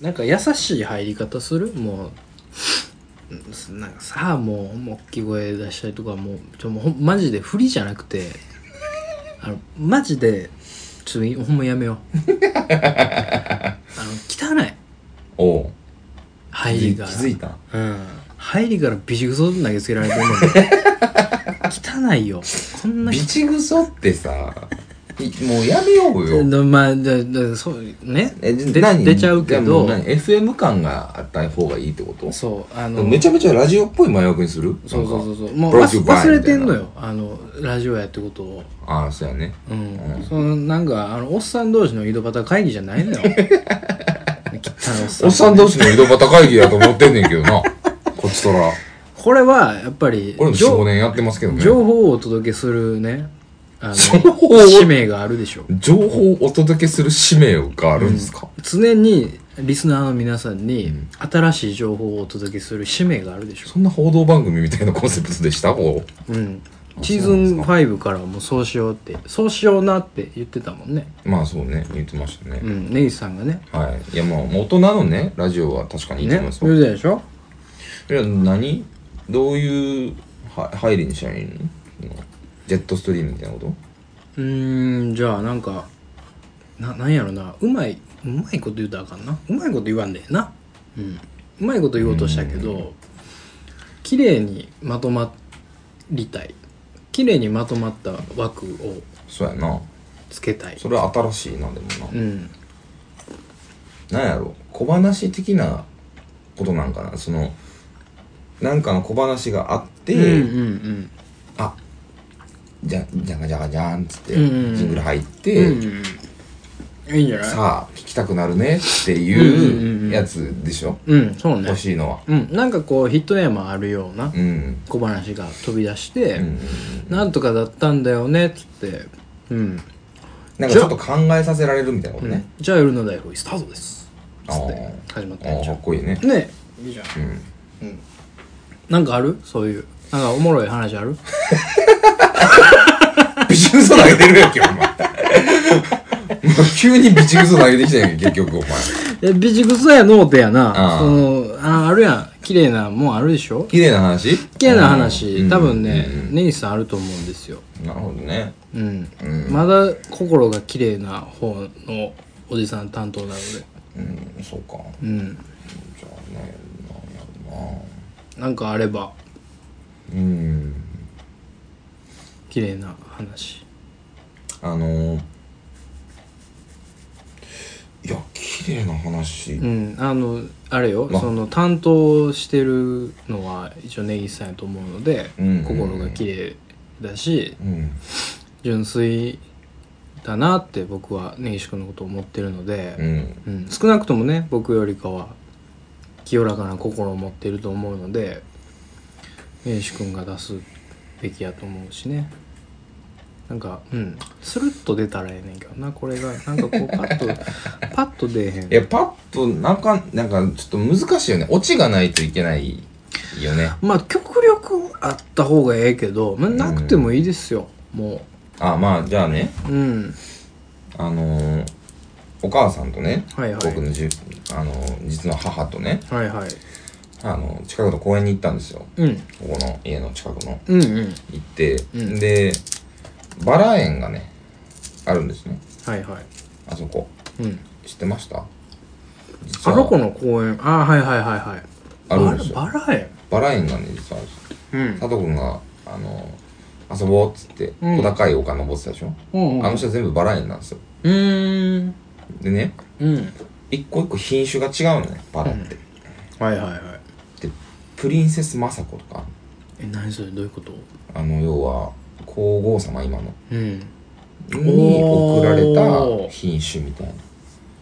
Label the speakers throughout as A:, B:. A: なんか優しい入り方するもううんなんかさあもうもう大きい声出したりとかもうちょもうほんマジで振りじゃなくてあのマジでちょっとほんまやめようあの汚い
B: おう
A: 入り
B: 気
A: が
B: づいた
A: うん入りからビシグソ投げつけられてるのに汚いよこんな
B: ビチグソってさいもうやめようよ
A: のまあだだそうね
B: え
A: で
B: 何
A: 出ちゃうけど
B: でも何 FM 感があった方がいいってこと
A: そうあの
B: めちゃめちゃラジオっぽい麻薬にする
A: そうそうそう
B: う
A: そうもう
B: プロデュー
A: 忘
B: バー
A: 忘れてん
B: み
A: の
B: たいな
A: よあのラジオやってことを
B: ああそうやね
A: うん、
B: うん
A: そのなんかあのおっさん同士の井戸端会議じゃないの よ汚いおっさん
B: おっさん同士の井戸端会議やと思ってんねんけ どなこっちとら
A: これはやっぱり
B: 俺も45
A: 情
B: 年やってますけどね
A: 情報をお届けするねあの
B: 情報を
A: 使命があるでしょ
B: 情報をお届けする使命があるんですか、
A: 常にリスナーの皆さんに
B: うん
A: 新しい情報をお届けする使命があるでしょ
B: そんな報道番組みたいなコンセプトでしたも
A: うん
B: あ
A: シーズ
B: そうなん
A: ン
B: です
A: 5からもうそうしようってそうしようなって言ってたもんね
B: うまあそうね言ってましたね
A: う、ん根岸さんがね
B: はいいやまあ大人のねラジオは確かにいいと思い
A: ね
B: ますよ、
A: 言うてたでしょ
B: いや何どういうは入りにしたらいいのジェットストリームみたいなこと
A: うーんじゃあなんかななんやろなうまいうまいこと言うたらあかんなうまいこと言わんでええなうんうまいこと言おうとしたけど綺麗にまとまりたい綺麗にまとまった枠を
B: そうやな
A: つけたい
B: それは新しいなでもな、
A: うん
B: なんやろ小話的なことなんかなそのなんかの小話があって、
A: うんうん
B: あじゃじゃがじゃがじゃんっつって、
A: うんうんうん
B: ジングル入っ
A: うん
B: て、
A: うんうんいいんじゃない
B: さあ弾きたくなるねって
A: うんうんうんう
B: い
A: ん
B: うやつでしょ、
A: うんそうね
B: 欲しいのは
A: うんなんかこう一山あるような
B: うん、
A: 小話が飛び出し
B: う
A: て、
B: ん、
A: なんとかだったんだよねっつってうん
B: なんかちょっと考えさせられるみたいなことね、
A: じゃあ夜の大イスタートです
B: あ
A: つって
B: ー
A: 始まっ
B: あ
A: たん
B: ー
A: じ
B: か
A: ゃん
B: っこいいね、
A: ねえいいじゃん
B: うん
A: なんかあるそういうなんかおもろい話ある
B: ビチグソ投げてるやんけ、お前。もう急にビチグソ投げてきたやんけ、結局、お 前。
A: えビジグソやノートやな
B: あー
A: そのああるやん綺麗なもんあるでしょ
B: 綺麗な話
A: 綺麗な話
B: うん
A: 多分ね
B: うん
A: 根岸さんあると思うんですよ
B: なるほどね。
A: うん
B: うん
A: まだ心が綺麗な方のおじさん担当なので
B: うん、そうか。
A: うん
B: じゃあね、なんやろな。
A: なんかあれば
B: うん。
A: 綺麗な話
B: あのー、いや、綺麗な話。
A: うんあのあれよ、
B: まあ
A: その担当してるのは一応根岸さんやと思うので、
B: うんうんうん
A: 心が綺麗だし
B: うん。
A: 純粋だなって僕は根岸君のことを思ってるの
B: う
A: で、
B: ん。
A: うん少なくともね僕よりかは清らかな心を持っていると思うので根岸君が出すべきやと思うしねなんかうんスルッと出たらええねんけどなこれがなんかこうパッとパッと出えへん
B: いや、パッと、なんか、なんか、ちょっと難しいよね。オチがないといけないよね。
A: まあ極力あった方がええけど、まあ、なくてもいいですよ、も
B: あ、まあ、じゃあね、
A: ううん
B: あのー、お母さんとね、
A: はいはい
B: 僕のじゅあの実の母とね
A: はいはい
B: あの近くの公園に行ったんですよ
A: うん
B: ここの家の近くの
A: うんうん
B: 行って、
A: うん
B: でバラ園がねあるんですね
A: はいはい
B: あそこ
A: うん
B: 知ってました実
A: あ
B: は
A: そこの公園ああはいはいはいはい
B: あるんですよ
A: バラバラ園
B: バラ園がね実はあるんですよ
A: うん
B: 佐藤君があの遊ぼうっつって
A: うん
B: 小高い丘登ってたでしょ、
A: うんうん
B: あの人は全部バラ園なんですよ
A: うーん
B: でね
A: うん
B: 一個一個品種が違うのねバラって、
A: はいはいはい
B: でプリンセス政子とか
A: え何それどういうこと
B: あの要は皇后様今の
A: うん
B: に送られ
A: おー
B: た品種みたいな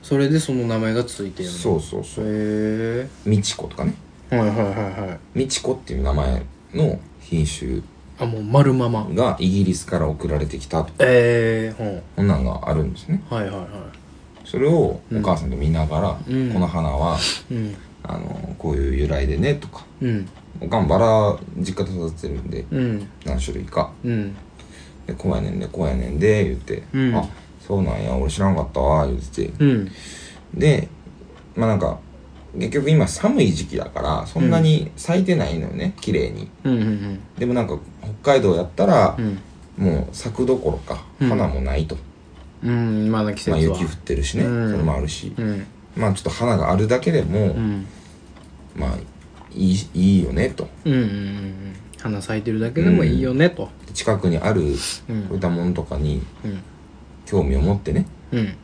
A: それでその名前がついてるの
B: そううそうそう
A: へ
B: 美智子とかね
A: えはいはいはいはい
B: 美智子っていう名前の品種
A: あもう丸まま
B: がイギリスから送られてきたとか
A: ええうん
B: こんなんがあるんですね
A: はいはいは
B: それを
A: うん
B: お母さんと見ながら、
A: うん
B: この花はい
A: うん
B: あのこういう由来でねとか
A: うん
B: おかんバラ実家で育ててるんで
A: うん
B: 何種類か
A: うん
B: でこうやねんでこうやねんで言って、
A: うん
B: あそうなんや俺知らんかったわ言ってて
A: うん
B: でまあなんか結局今寒い時期だからそんなに咲いてないのよね、綺麗に
A: うんうん
B: でもなんか北海道やったら
A: う、ん
B: もう咲くどころか
A: うん
B: 花もないと、
A: うん今の季節
B: まあ、
A: は、
B: 雪降ってるしね、
A: うん
B: それもあるし、
A: うん
B: まあちょっと花があるだけで
A: う
B: も、
A: ん
B: まあいいいいよねと
A: うんうんうんうん花咲いてるだけでもいいよねと
B: 近くにある
A: うん
B: そういったものとかに
A: うん
B: 興味を持ってね
A: うん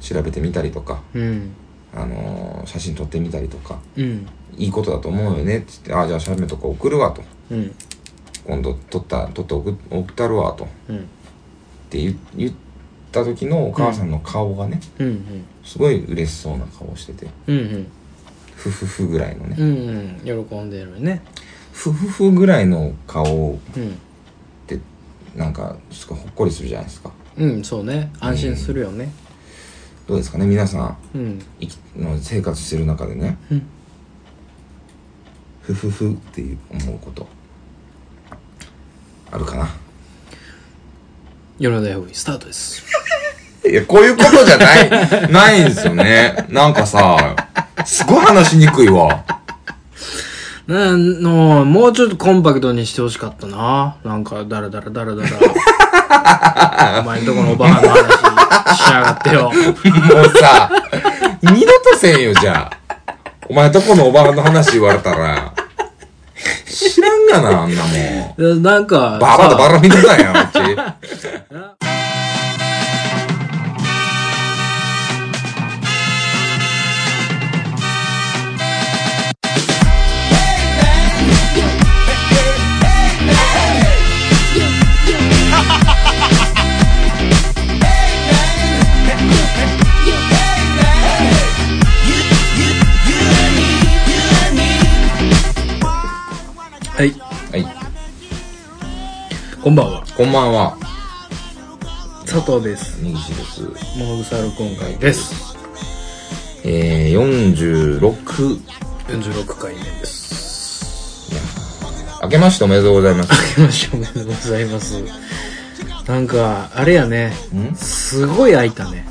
B: 調べてみたりとか、
A: うん
B: あのー写真撮ってみたりとか
A: うん
B: いいことだと思うよねっつって「ああじゃあ写メとか送るわ」と
A: うん
B: 「今度撮った撮って送送ったるわ」とっ
A: うん
B: て言言った時のお母さんの顔がね、
A: うんうん
B: すごい嬉しそうな顔してて
A: うん
B: ふふふぐらいのね
A: うんうんうん喜んでるね
B: ふふふぐらいの顔
A: うん
B: ってなんかすごいほっこりするじゃないですか
A: うんそうね安心するよね
B: どうですかね皆さん
A: うん
B: 生きの生活してる中でね
A: うん
B: ふふふっていう思うことあるかな
A: 夜の大イスタートです
B: いや、こういうことじゃない、ないんですよね。なんかさ、すごい話しにくいわ。
A: なのもうちょっとコンパクトにしてほしかったななんかダラダラダラダラお前んとこのおばあの話しやがってよ
B: もうさ、二度とせんよ、じゃあ。お前とこのおばあの話言われたら。知らんがな、あんなもん。
A: なんか
B: バラだバラ見てたやん、うち。
A: はい
B: はい。
A: こんばんは
B: こんばんは。
A: 佐藤です
B: にぎしです。
A: モグサル今回です
B: えー、46。
A: 46回目です
B: 明けましておめでとうございます。
A: 明けましておめでとうございますなんかあれやね
B: ん
A: すごい空いたね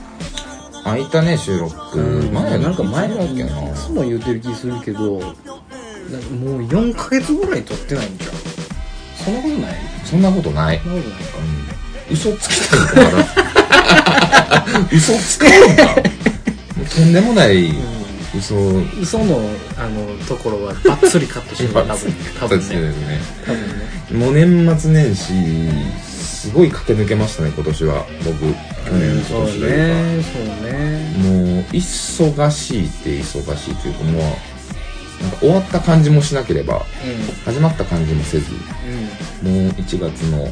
B: 開いたね、収録。前
A: なんか前
B: だ
A: の
B: っけ
A: い
B: な。
A: つも言うてる気するけどなんかもう4ヶ月ぐらい撮ってないんじゃんそんなことない
B: そんなことない。
A: そんなことないか
B: 嘘つきたいから 嘘つくのかとんでもない嘘
A: 嘘のあのところはバッツリカットしてる多分多分
B: 形で
A: ね
B: すね
A: 多分ね
B: もう年末年始すごい駆け抜けましたね今年は僕去年
A: そう
B: 今年というか、
A: ねそうね
B: もう忙しいって忙しいというかもうなんか終わった感じもしなければ始まった感じもせずも
A: うんうん
B: う1月の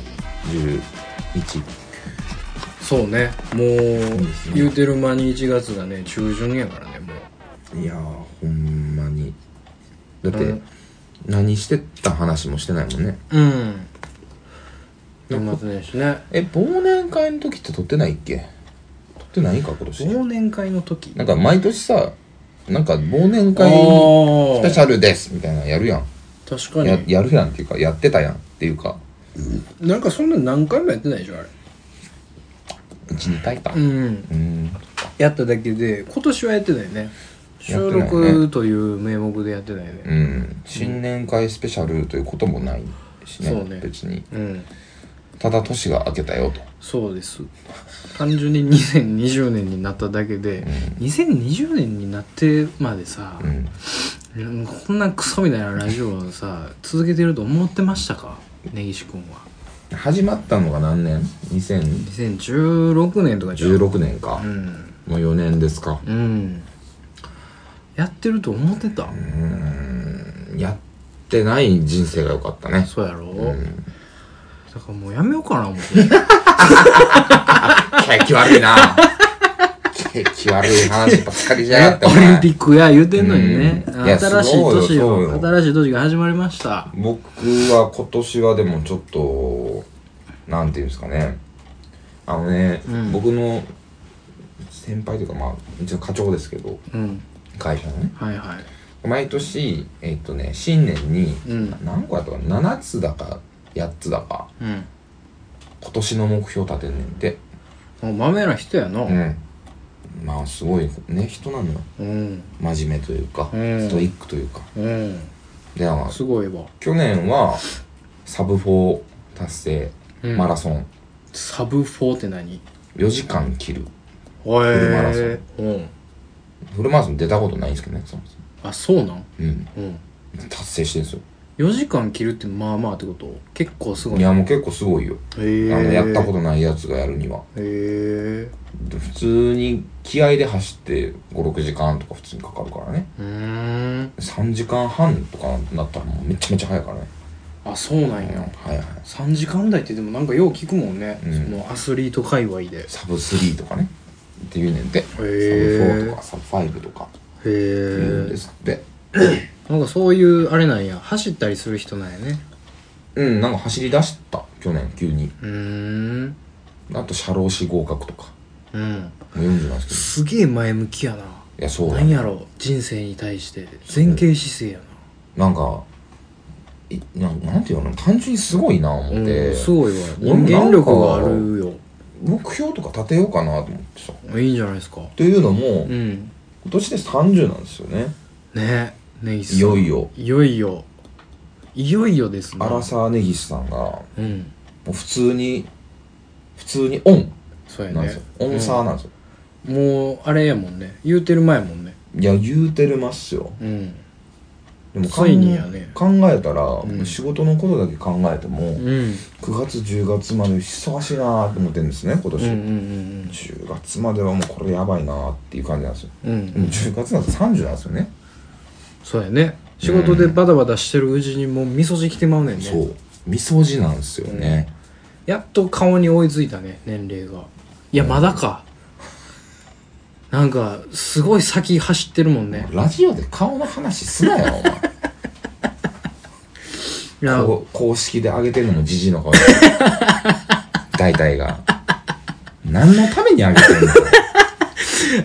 B: 11
A: そうねもう
B: ですね
A: 言うてる間に1月がね中旬やからねも
B: いやーほんまにだって、
A: うん
B: 何してた話もしてないもんね
A: ううん年末年始ね
B: え忘年会の時って撮ってないっけ撮ってないんか今年
A: 忘年会の時
B: なんか毎年さなんか忘年
A: あ
B: 会ス
A: ー
B: ペシャルですみたいなのやるやん
A: 確か
B: や
A: に
B: やるやんっていうかやってたやんっていうか
A: なんかそんな何回もやってないでしょあれ
B: 12回か
A: うん
B: うん
A: やっただけで今年はやってないね
B: やって
A: 収
B: ないね
A: 録という名目でやってないね
B: うん新年会スペシャルということもないしね
A: そうね
B: 別に
A: うん
B: ただ年が明けたよと
A: そうです単純に2020年になっただけで、2020年になってまでさ
B: う、ん
A: こんなクソみたいなラジオをさ 続けてると思ってましたか根岸君は
B: 始まったのが何年 ?2016
A: 2016年とかじゃん
B: 年か、
A: うん
B: もう4年ですか
A: うんやってると思ってた、
B: やってない人生が良かったね
A: そうやろ、
B: ん
A: だからもうやめようかな思って
B: 景気悪いな 景気悪い話ばっかりじゃなって
A: オリンピックや言うてんのにね、
B: うんいや
A: 新しい
B: そう
A: 年
B: よそう
A: を
B: よ
A: 新しい年が始まりました
B: 僕は今年はでもちょっとなんていうんですかねあのね、
A: うん
B: 僕の先輩というかまあうちの課長ですけど
A: うん
B: 会社のね
A: はいはい
B: 毎年えっとね新年に、
A: うん
B: 何個やったかな7つだか8つだか
A: うん
B: 今年の目標立てんねんて
A: もう豆な人やな、
B: うんまあすごいね人なのよ
A: うん
B: 真面目というか、
A: うん
B: ストイックというか
A: うん
B: でなんか
A: すごいわ
B: 去年はサブ4達成、
A: うん
B: マラソン
A: サブ4って何
B: 4時間切る
A: おえ
B: フルマラソン
A: うん
B: フルマラソン出たことないんですけどねそもそも
A: あそうなん
B: うん
A: うん
B: 達成してるんですよ
A: 4時間切るってまあまあってこと結構すごい
B: い
A: へ
B: やもう結構すごいよ、
A: え
B: あのやったこととないやつがやるには
A: へえ
B: で普通に気合で走って56時間とか普通にかかるからね
A: うーん
B: 3時間半とかなったらもうめちゃめちゃ早いからね、
A: あそうなん
B: うん
A: や
B: はいはい
A: 3時間台ってでもなんかよう聞くもんね、
B: うん
A: そのアスリート界隈でへ
B: サブ3とかねって言うねんで、
A: ー
B: サブ4とかサブ5とか言うん
A: え
B: ですって
A: なんかそういうあれなんや走ったりする人なんやね
B: うんなんか走り出した去年急に
A: うーん
B: あと社労士合格とか
A: うん
B: もう40なんです
A: すげえ前向きやな
B: けどいやそうだ
A: なんやろ人生に対して前傾姿勢や
B: なんかいなんなんていうの単純にすごいな思
A: な、う
B: っ
A: ん
B: て、
A: すごいわ
B: 俺もなんか
A: 原力があるよ
B: 目標とか立てようかなと思ってさ
A: いいんじゃないですか
B: というのも、
A: うん
B: 今年で30なんですよね
A: ねネギス
B: いよいよ
A: いよいよいよいよですね
B: アラサーネギスさんがも
A: うん
B: う普通に普通にオン
A: そうや
B: なんです
A: ね
B: よ、オンサーなんですよ、
A: もうあれやもんね言うてる前やもんね
B: いや言うてるますよ
A: うん
B: でも
A: ついにやね
B: 考えたら、
A: ん
B: 仕事のことだけ考えても、
A: うん
B: 9月10月まで忙しいなーって思ってるんですね今
A: うん
B: 年、
A: うん
B: 10月まではもうこれやばいなーっていう感じなんですよ
A: うんうんう
B: でも
A: ん
B: 10月なんて30なんですよね
A: そうやね仕事でバタバタしてるうちにもう味噌汁きてまうねんね
B: そうみそじなんですよね、
A: やっと顔に追いついたね年齢がいやまだか、なんかすごい先走ってるもんね
B: ラジオで顔の話すなよお
A: い
B: 前
A: や
B: こう公式で上げてるのもじじいの顔 大体が何のために上げて るの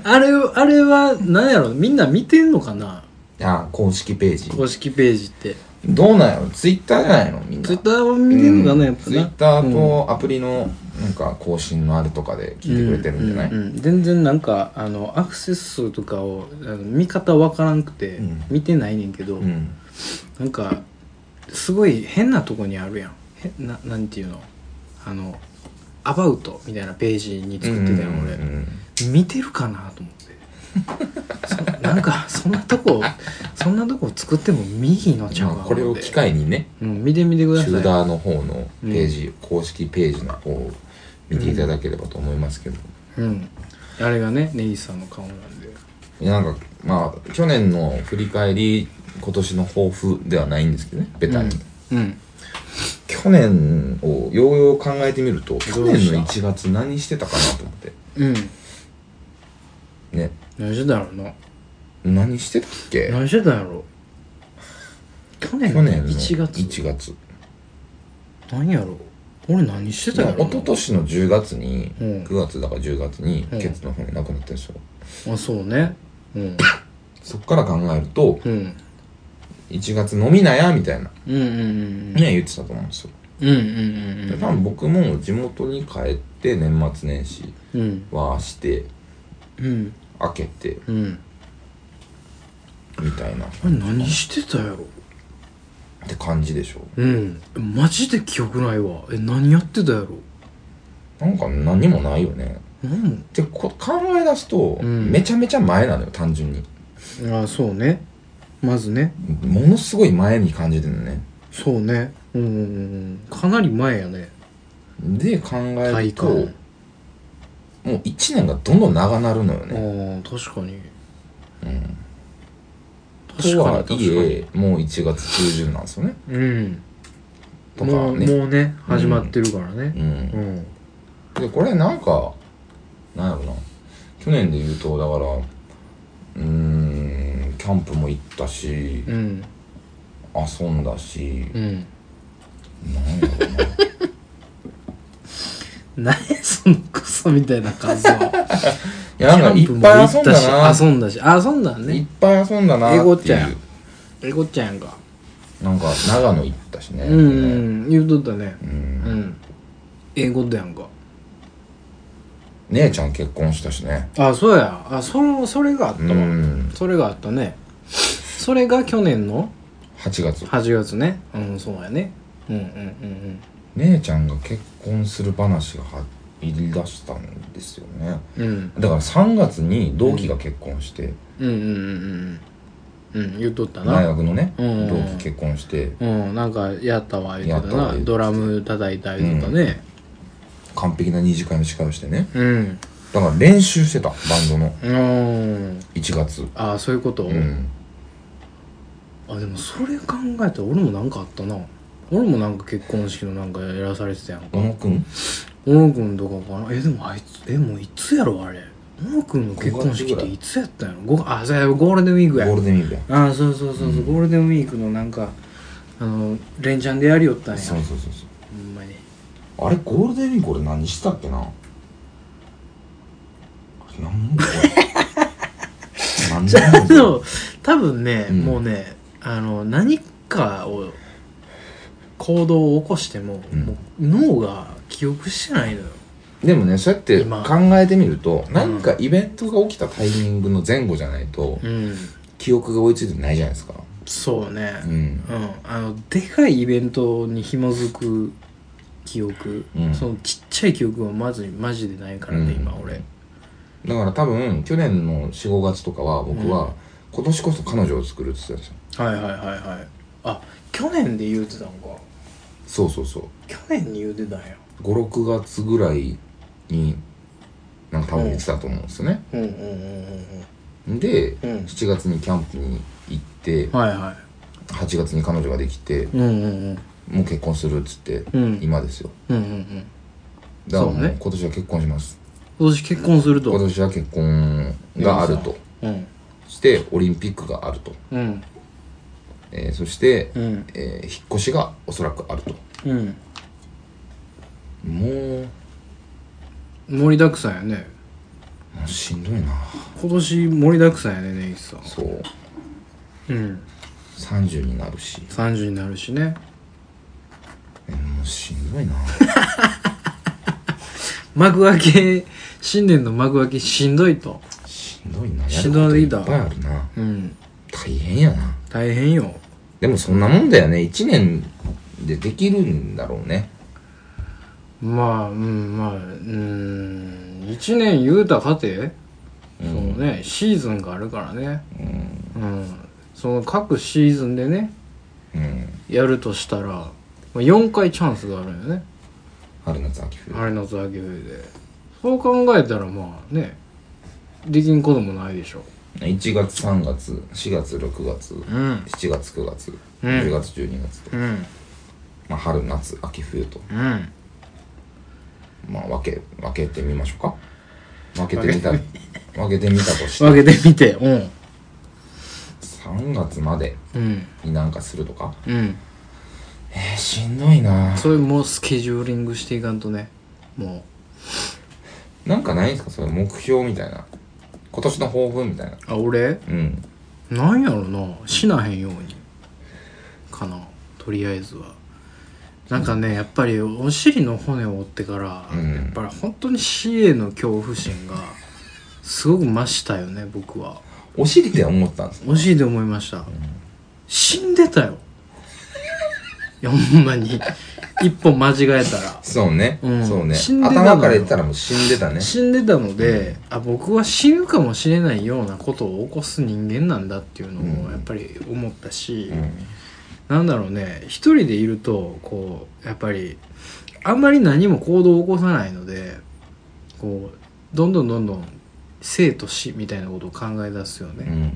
A: あれあれは何やろみんな見てんのかな
B: あ公式ページ
A: 公式ページって
B: どうなんやろツイッターじゃないのみんな
A: ツイッターを見てんのかな、やっぱ
B: ツイッターとアプリのなんか更新のあれとかで聞いてくれてるんじゃない、
A: うんうんうん全然なんかあのアクセス数とかをあの見方わからんくて、
B: うん
A: 見てないねんけど、
B: うん
A: なんかすごい変なとこにあるやんへななんていうのあのアバウトみたいなページに作ってたよ、
B: うん
A: 俺
B: うんうん
A: 見てるかなと思ってそなんかそんなとこそんなとこ作っても右のちゃうか
B: まあ
A: な
B: これを機会にね
A: うん、見てみてくだ
B: シ
A: さ
B: ュー
A: い
B: ダーの方のページ、公式ページの方を見ていただければと思いますけど、
A: うんあれがね根岸さんの顔なんで
B: いやなんかまあ去年の振り返り今年の抱負ではないんですけどねベタに、
A: うん
B: 去年をようよう考えてみると去
A: どう
B: 年
A: した
B: の1月何してたかなと思って
A: うん
B: ね
A: 何してたんやろな
B: 何してたっけ
A: 何してたんやろ去年
B: 去年の
A: 1月
B: 1月
A: 何やろ俺何してたんやろ
B: 一昨年の10月に、
A: うん
B: 9月だから10月に、
A: うん
B: ケツの方に亡くなってるんですよ
A: あそうねうん
B: そっから考えると
A: うん
B: 1月飲みなやみたいな
A: うんうんうん
B: ね言ってたと思うんですよ、
A: うんうん
B: で多分僕も地元に帰って年末年始
A: うんうん
B: はして
A: うん
B: 明けて
A: うん
B: みたいなっ
A: あれ何してたやろ
B: て感じでしょ
A: うんマジで記憶ないわえ何やってたやろ
B: なんか何もないよね
A: 何
B: ってこ考え出すと、
A: うん
B: めちゃめちゃ前なのよ単純に
A: あそうねまずね
B: ものすごい前に感じてるのね
A: そうねうんうんうんかなり前やね
B: で考える
A: 体
B: と
A: 感
B: もう1年がどんどん長なるのよね、
A: ああ確かに
B: うん、
A: 確
B: と
A: か
B: は
A: に確か
B: い
A: に
B: えもう1月中旬なんですよね
A: うん
B: とか
A: もう
B: ね
A: もうね始まってるからね
B: うん
A: うん
B: でこれなんかなんやろな去年で言うとだからうーんキャンプも行ったし
A: うん
B: 遊んだし
A: うん
B: なんやろな
A: 何やそのクソみたいな 感想
B: いやなんかいっぱい遊んだな
A: 遊んだし遊んだ
B: いっ
A: ね
B: ぱい遊んだな
A: 英語
B: っ
A: ってちゃや
B: い
A: ん
B: う
A: えこっちゃんやんか
B: なんか長野行ったしね
A: うんうん言うとったね
B: う
A: うんん英語だやんか
B: 姉ちゃん結婚したしね。
A: あそうやあそそれがあったわ、
B: うん
A: それがあったねそれが去年の
B: 8月。
A: 8月ねうんそうやねうんうんうん
B: 姉ちゃんが結婚する話がは入り出したんですよね。
A: うんうん
B: だから3月に同期が結婚して、
A: うんうんうんうんうん言っとった
B: 大
A: な
B: 学のね、
A: うん
B: 同期結婚して、
A: うんなんかやったわ言ってた
B: やったわ
A: な
B: 言ってた
A: ドラム叩いたりとかね
B: 完璧な二次会の司会をしてね。
A: うん
B: だから練習してた、バンドの
A: うん
B: 1月。
A: あそういうこと、
B: うん。
A: あでもそれ考えたら俺もなんかあったな俺もなんか結婚式のなんかやらされてたやんか
B: 小野くん
A: 小野くんとかかなえでもあいつえもういつやろあれ小野くんの結婚式っていつやったんやろごあそうやゴールデンウィーク
B: ゴ
A: や
B: ールデンウィークや。
A: ああそうそうそうそう、ゴールデンウィークのなんかあの連チャンでやりよったんや
B: そうそうそうそう。
A: ほんまに
B: あれゴールデンウィーク俺何したっけなあれ何も覚 え何でも覚えてない
A: そう多分ね、
B: うん
A: もうねあの何かを行動を起こしても,、
B: うん
A: もう脳が記憶してないのよ
B: でもねそうやって考
A: 今
B: えてみるとなんかイベントが起きたタイミングの前後じゃないと
A: うん
B: 記憶が追いついてないじゃないですか
A: そうね
B: うん
A: うん、あのでかいイベントに紐づく記憶、
B: うん
A: そのちっちゃい記憶はまずマジでないからね、
B: うん
A: 今俺
B: だから多分去年の45月とかは僕は今年こそ彼女を作るって言ってたんですよ
A: はいはいはいはいあ去年で言うてたんか
B: そうそうそう
A: 去年に言うてたんや
B: 56月ぐらいになんか多分言ってたと思うんですよね
A: うんうんうんうん
B: で
A: うんうん
B: 7月にキャンプに行って
A: はいは
B: 8月に彼女ができて
A: いうんうん
B: もう結婚するっつって、
A: うん
B: 今ですよ
A: うんうんうんうん
B: だから
A: そ
B: も
A: う
B: う
A: ね
B: 今年は結婚します、
A: 今年結婚する
B: 今
A: と
B: 年は結婚があると
A: うん
B: してオリンピックがあると、
A: うん
B: えーそして、
A: うん
B: えー引っ越しがおそらくあると
A: うん
B: もう
A: 盛りだくさんやね
B: もうしんどいな
A: 今年盛りだくさんやね根岸さん
B: そう
A: うん
B: 30になるし
A: 30になるしね
B: えーもうしんどいな
A: 幕開け新年の幕開けしんどいと
B: しんどいな
A: しんどいだ
B: やることいっぱいあるな
A: うん
B: 大変やな
A: 大変よ
B: でもそんなもんだよね1年でできるんだろうね
A: まあうんまあうん1年言うたかて、そうねシーズンがあるからね
B: うん
A: うんその各シーズンでね
B: うん
A: やるとしたら、まあ、4回チャンスがあるよね
B: 春夏秋冬
A: 春夏秋冬でそう考えたらまあねできんこともないでしょ
B: 1月3月4月6月
A: うん
B: 7月9月、
A: うん
B: 10月12月と、
A: うん
B: まあ、春夏秋冬と、
A: うん
B: まあ、分け分けてみましょうか分けてみた分けてみたとして
A: 分けてみてうん
B: 3月まで
A: うん
B: になんかするとか
A: うん
B: えー、しんどいな
A: それもうスケジューリングしていかんとねも
B: なんかないんですかそれ目標みたいな今年の抱負みたいな
A: うあ俺
B: うん
A: なんやろな死なへんようにかなとりあえずはなんかねやっぱりお尻の骨を折ってから、
B: うん
A: やっぱり本当に死への恐怖心がすごく増したよね僕は
B: お尻で思ったんです
A: お尻で思いました、死んでたよいやほんまに一歩間違えたら
B: そうね、
A: うん
B: そうね
A: 死んでたのよ
B: 頭から言ったらもう死んでたね
A: 死んでたので、あ僕は死ぬかもしれないようなことを起こす人間なんだっていうの
B: う
A: を
B: ん
A: やっぱり思ったし、
B: うん
A: なんだろうね一人でいるとこうやっぱりあんまり何も行動を起こさないのでこうどんどんどんどん生と死みたいなことを考え出すよ
B: う
A: ね、
B: ん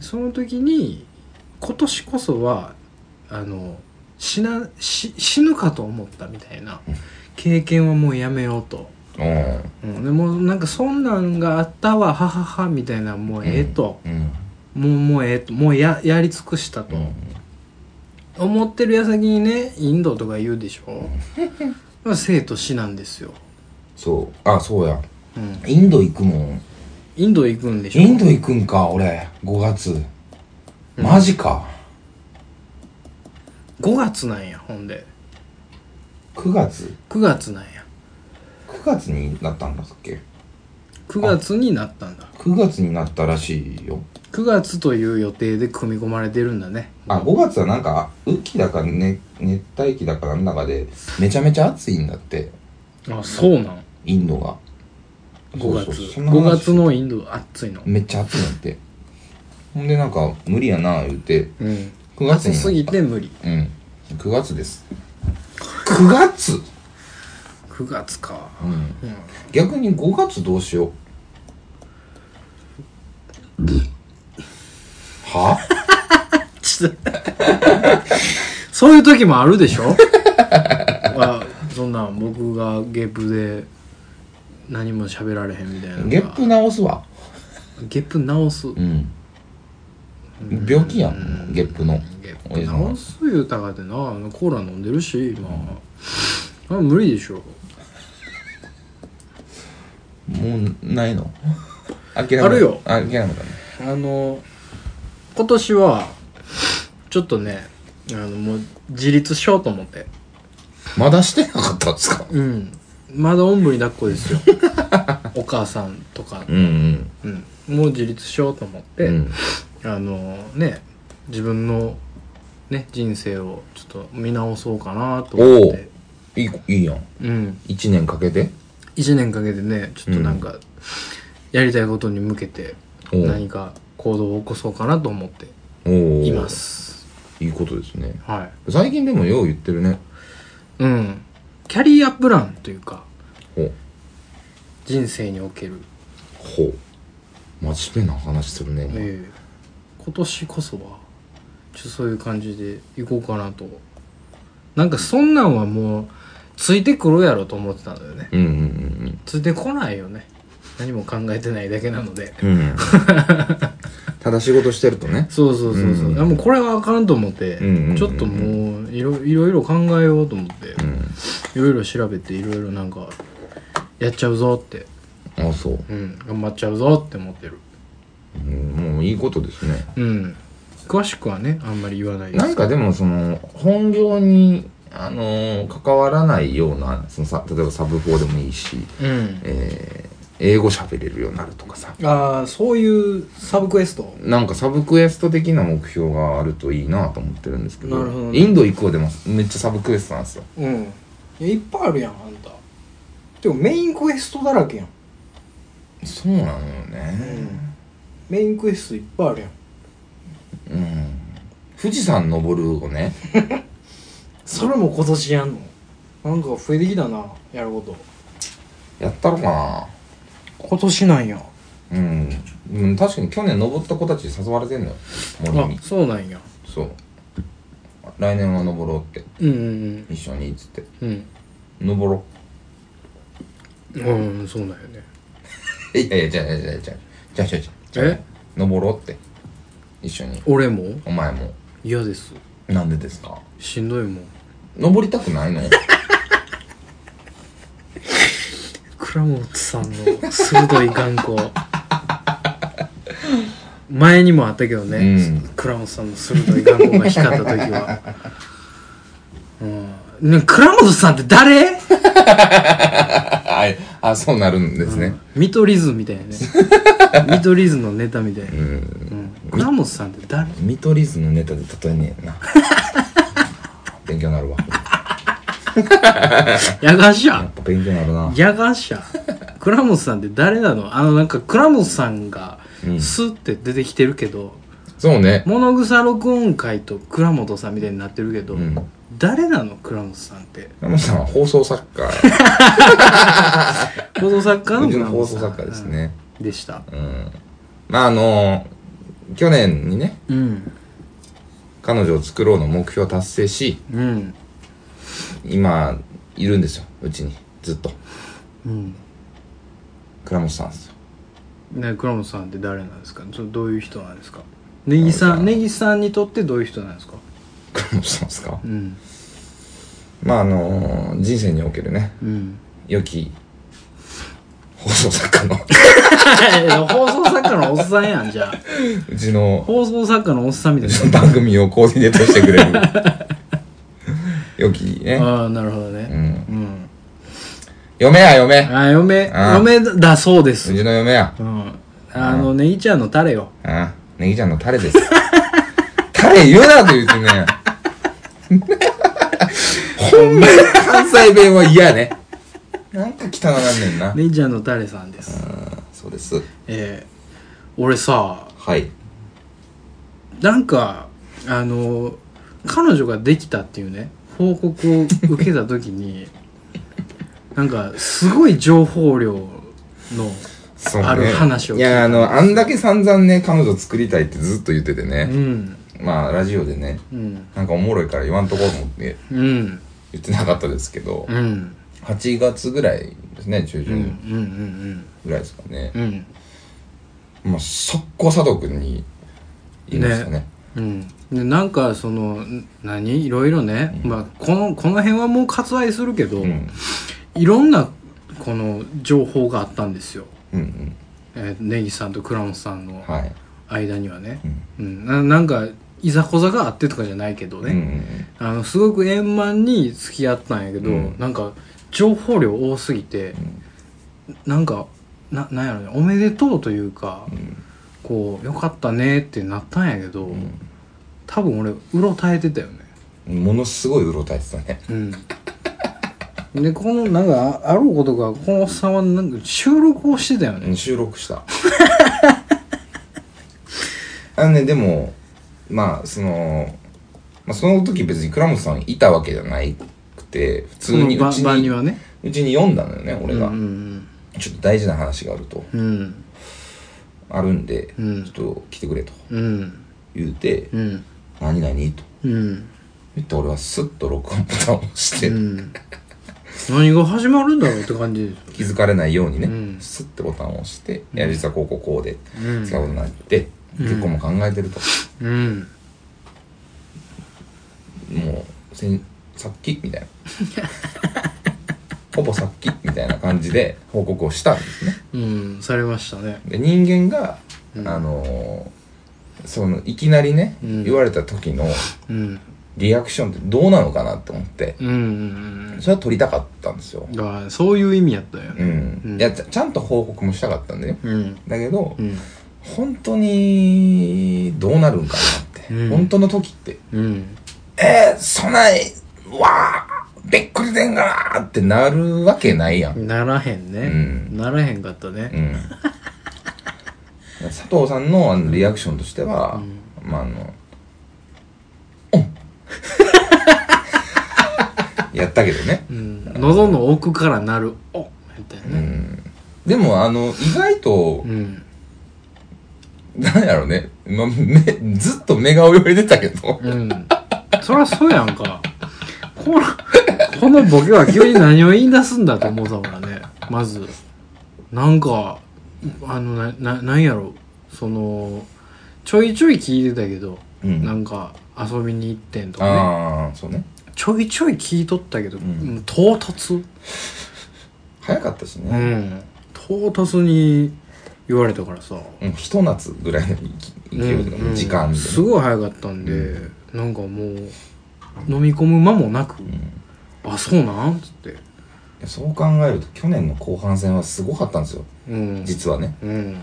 A: その時に今年こそはあの死な死死ぬかと思ったみたいな
B: うん
A: 経験はもうやめようと。
B: お
A: うん、でもなんかそんなんがあったわはははみたいなもうええと、
B: うん
A: もうもうええともうややり尽くしたと、
B: うん
A: 思ってる矢先にねインドとか言うでしょまあ生と死なんですよ、
B: そうあそうや
A: うん、
B: インド行くもん
A: インド行くんでしょ
B: インド行くんか俺5月マジか、
A: 5月なんやほんで
B: 9月
A: 9月なんや
B: 9月になったんだっけ
A: 9月になったんだ
B: 9月になったらしいよ
A: 9月という予定で組み込まれてるんだね
B: あ5月はなんか雨季だか、ね、熱帯期だかなんだかでめちゃめちゃ暑いんだって
A: あそうなん
B: インドが
A: 5月
B: そうそうそんな話
A: 5月のインド暑いの
B: めっちゃ暑いんだってほんでなんか無理やな言うて
A: うん
B: 9月
A: 暑
B: に
A: すぎて無理
B: うん9月です9月
A: 9月か
B: うん
A: うん
B: 逆に5月どうしようは
A: ちょっと そういう時もあるでしょ あそんなん僕がゲップで何も喋られへんみたいなのが
B: ゲップ直すわ
A: ゲップ直す
B: うん病気やんゲップの
A: ゲップ直す言うたかてなコーラ飲んでるし今あ無理でしょ
B: もうない の諦め
A: あるよ
B: 諦めたの
A: あの今年はちょっとねあのもう自立しようと思って
B: まだしてなかったんですか
A: うんまだおんぶに抱っこ ですよお母さんとか
B: うんうん
A: うん、もう自立しようと思って、
B: うん
A: あのね自分のね人生をちょっと見直そうかなと思
B: お
A: っ
B: お
A: て、
B: いいいいやん
A: うん、
B: 1年かけて
A: 1年かけてねちょっとなんか、やりたいことに向けて
B: おう
A: 何か行動を起こそうかなと思って
B: おー
A: います
B: いいことですね
A: はい
B: 最近でもよう言ってるね
A: うんキャリアプランというか
B: ほう
A: 人生における、
B: ほう真面目な話するね、
A: ええ今年こそはちょっとそういう感じで行こうかなとなんかそんなんはもうついてくるやろと思ってたんだよね
B: うんうん
A: ついてこないよね何も考えてないだけなので
B: うんうんうん ただ仕事してるとね
A: そうそうそうそう、
B: うん
A: あもうこれはあかんと思って、
B: うんうんうん
A: ちょっともういろいろいろ考えようと思って、
B: う
A: いろいろ調べていろいろなんかやっちゃうぞって、
B: んあそう、
A: うん、頑張っちゃうぞって思ってる
B: うん、もういいことですね
A: うん詳しくはねあんまり言わない
B: なんかでもその本業にあのー関わらないようなそのさ例えばサブ4でもいいし、
A: うん
B: えー英語喋れるようになるとかさ
A: ああそういうサブクエスト
B: なんかサブクエスト的な目標があるといいなと思ってるんですけど
A: なるほどね
B: インド行こうでもめっちゃサブクエストなんですよ
A: うんいやいっぱいあるやんあんたでもメインクエストだらけやん、
B: そうなのよね
A: メインクエストいっぱいあるやん
B: うん、富士山登るをね
A: それも今年やんのなんか増えてきたなやること
B: やったろか
A: 今年なんや
B: なうん、うん、確かに去年登った子たちに誘われてんのよ森に
A: そうなんや
B: そう来年は登ろうって
A: うんうん
B: 一緒にっつって
A: うん
B: 登ろ
A: うん、うん、そうなんよね
B: う いやいやじゃあじゃあじゃあじゃあじゃあじゃあじゃあ
A: え
B: 登ろうって一緒に
A: 俺も
B: お前も
A: 嫌です
B: なんでですか
A: しんどいもん
B: 登りたくない の
A: 倉本さんの鋭い眼光前にもあったけどね、
B: うん
A: 倉本さんの鋭い眼光が光った時はうんね倉本さんって誰
B: ああそうなるんですね、
A: 見取り図みたいな ね見取り図のネタみたいな、うん倉本さんって誰
B: 見取り図のネタで例えねえ な勉強になるわや
A: やがしゃ
B: っぱ勉強になるな
A: ヤガーシャ倉本さんって誰なのあのなんか倉本さんが
B: うん
A: スッて出てきてるけど、
B: そうね
A: 物草録音会と倉本さんみたいになってるけど、
B: うん
A: 誰なの倉本さんって
B: 山下さんは放送作家う
A: 放送作家の
B: ち
A: 倉
B: の放
A: 本さ
B: 送
A: ん
B: 作家です、ね
A: うんでした
B: うんまああの去年にね
A: うん
B: 彼女を作ろうの目標を達成し
A: うん
B: 今いるんですようちにずっと
A: うん
B: 倉本さんですよ
A: ね倉本さんって誰なんですかちょどういう人なんですかネギさんネギさんにとってどういう人なんですか
B: 倉本さんですか
A: うん
B: まああの人生におけるね
A: うん
B: 良き放送作家の
A: 放送作家のおっさんやんじゃあ
B: うちの
A: 放送作家のおっさんみたいな
B: 番組をコーディネートしてくれる良きね
A: ああなるほどね
B: うん
A: うん
B: 嫁や、嫁。
A: あ、嫁、
B: あ
A: 嫁だそうで
B: う
A: す。
B: ちの嫁や。
A: うん。あの、ネギちゃんのタレよ。
B: ああ、ネギちゃんのタレです。タレ言うなって言ってね。ほんまに関西弁は嫌ね。なんか汚なんねんな。
A: ネギちゃんのタレさんです。
B: そうです。
A: えー、俺さ、
B: はい。
A: なんか、あの、彼女ができたっていうね、報告を受けた時 に、なんか、すごい情報量の、
B: そうね。
A: ある話を聞い
B: い
A: た
B: や、あの、あんだけ散々ね、彼女作りたいってずっと言ってて
A: う
B: ね。
A: ん、
B: まあ、ラジオでね、
A: うん、
B: なんかおもろいから言わんとこうと思って
A: うん、
B: 言ってなかったですけど、
A: うん、うん、
B: 8月ぐらいですね、中
A: うん、
B: 旬
A: うん、
B: ぐらいですかね。
A: うん、
B: まあ、速攻佐藤君に言いましたね。
A: うん。で、なんか、その、ん何いろいろね、まあ、この、この辺はもう割愛するけど、
B: うん。
A: いろんな、この、情報があったんですよ。
B: うん
A: えー、ネギさんと倉本さん
B: うん。
A: の
B: はい。
A: 間にはね
B: う。ん。
A: うん、ななんかいざこざがあってとかじゃないけど
B: う
A: ね、
B: ん
A: あのすごく円満に付き合ったんやけど、
B: うん
A: なんか情報量多すぎて、なんかななんやろねおめでとうというか、こうよかったねってなったんやけど、多分俺うろたえてたよね
B: うんものすごいうろたえてたね。
A: うん でこのなんかああろうことかこのおっさんはなんか収録をしてたよね、
B: うん収録した。 あのね、でも、まあ、その、まあ、その時別に倉本さんいたわけじゃないくて、普
A: そ
B: 通
A: の
B: に
A: 場
B: うち
A: 場
B: に、
A: にはね
B: うちに読んだのよね、俺が。
A: うん
B: ちょっと大事な話があると、
A: うんうん
B: あるんで、
A: うん
B: ちょっと来てくれと
A: うん
B: 言うて、
A: うん
B: 何々と
A: うん
B: 言って俺はスッと録音ボタンを押して、
A: うん、何が始まるんだろうって感じです
B: 気づかれないようにね、
A: うん
B: スッてボタンを押して、いや、実はこうこうこうで、
A: うん
B: 使うことになって、結婚も考えてると。
A: うん
B: もう、せんさっきみたいな。 ほぼさっきみたいな感じで報告をしたんですね。
A: うんされましたね
B: で、人間が、
A: うん
B: あのーその、いきなりね、
A: うん
B: 言われた時の
A: うん
B: リアクションってどうなのかなと思って、
A: うんうん
B: それは取りたかったんですよ。
A: だからそういう意味やったよ
B: う
A: ね
B: ん。
A: うん
B: いやちゃ、ちゃんと報告もしたかったんだよ。
A: うん
B: だけど、
A: うん
B: 本当にどうなるんかなって、
A: うん
B: 本当の時って
A: うん
B: えー、そないわーびっくりでんがなーってなるわけないやん、
A: ならへんね、
B: うん
A: ならへんかった
B: う
A: ね
B: ん、佐藤さんのあのリアクションとしては、まああの「 うん」やったけどね、
A: うん喉の奥からなる「おっ」みたいなね
B: うん、でもあの意外と
A: う、ん
B: なんやろね、まあ、目ずっと目が泳いでたけど
A: うんそりゃそうやんかこらこのボケは急に何を言い出すんだと思うたからねまずなんかあのなななんやろそのちょいちょい聞いてたけど、
B: うん
A: なんか遊びに行ってんとかね
B: ああそうね
A: ちょいちょい聞いとったけど、
B: ん
A: もう唐突
B: 早かったし
A: う
B: ね、
A: ん唐突に言われたからさ
B: もうひと夏ぐらいの勢い勢いというか、
A: うん
B: 時間でね、
A: すごい早かったんで、なんかもう飲み込む間もなく「あそうなん?」っつって
B: いやそう考えると去年の後半戦はすごかったんですよ
A: うん
B: 実はね
A: うん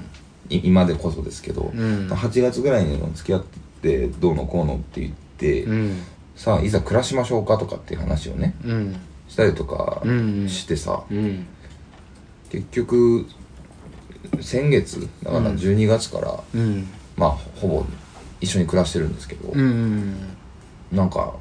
B: い今でこそですけど、
A: うん
B: 8月ぐらいに付き合ってどうのこうのって言って、
A: うん
B: さあいざ暮らしましょうかとかっていう話をね
A: うん
B: したりとか
A: うん
B: してさ、
A: うん
B: 結局先月だから12月から、
A: うん
B: まあほぼ一緒に暮らしてるんですけど、
A: うん
B: なんか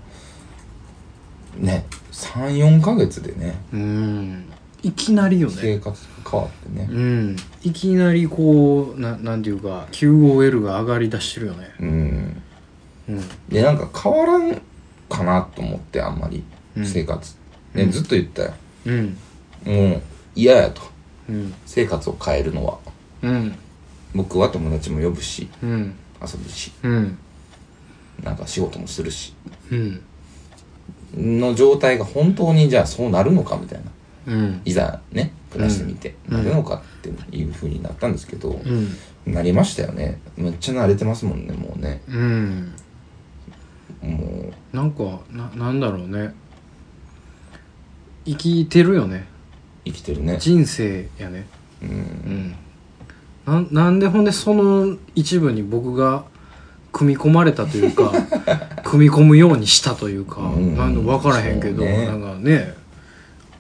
B: ね34ヶ月でね
A: うんいきなりよね
B: 生活変わってね、
A: うんいきなりこうななんていうか QOL が上がりだしてるよね
B: うん
A: うん
B: でなんか変わらんかなと思ってあんまり
A: うん
B: 生活、ねずっと言ったよ
A: うん
B: もう嫌やと
A: うん
B: 生活を変えるのは
A: うん
B: 僕は友達も呼ぶし
A: うん
B: 遊ぶし
A: うん
B: なんか仕事もするし
A: うん
B: の状態が本当にじゃあそうなるのかみたいな
A: うん
B: いざね暮らしてみて、
A: うん
B: なるのかっていう風になったんですけど、
A: うん
B: なりましたよねめっちゃ慣れてますもんねもうね
A: うん
B: も
A: なんかななんだろうね生きてるよね
B: う生きてるね。
A: 人生やね
B: うん。
A: うんなんなんでほんでその一部に僕が組み込まれたというか組み込むようにしたというか、
B: うん
A: なんか分からへんけど、
B: そうね
A: なんかね、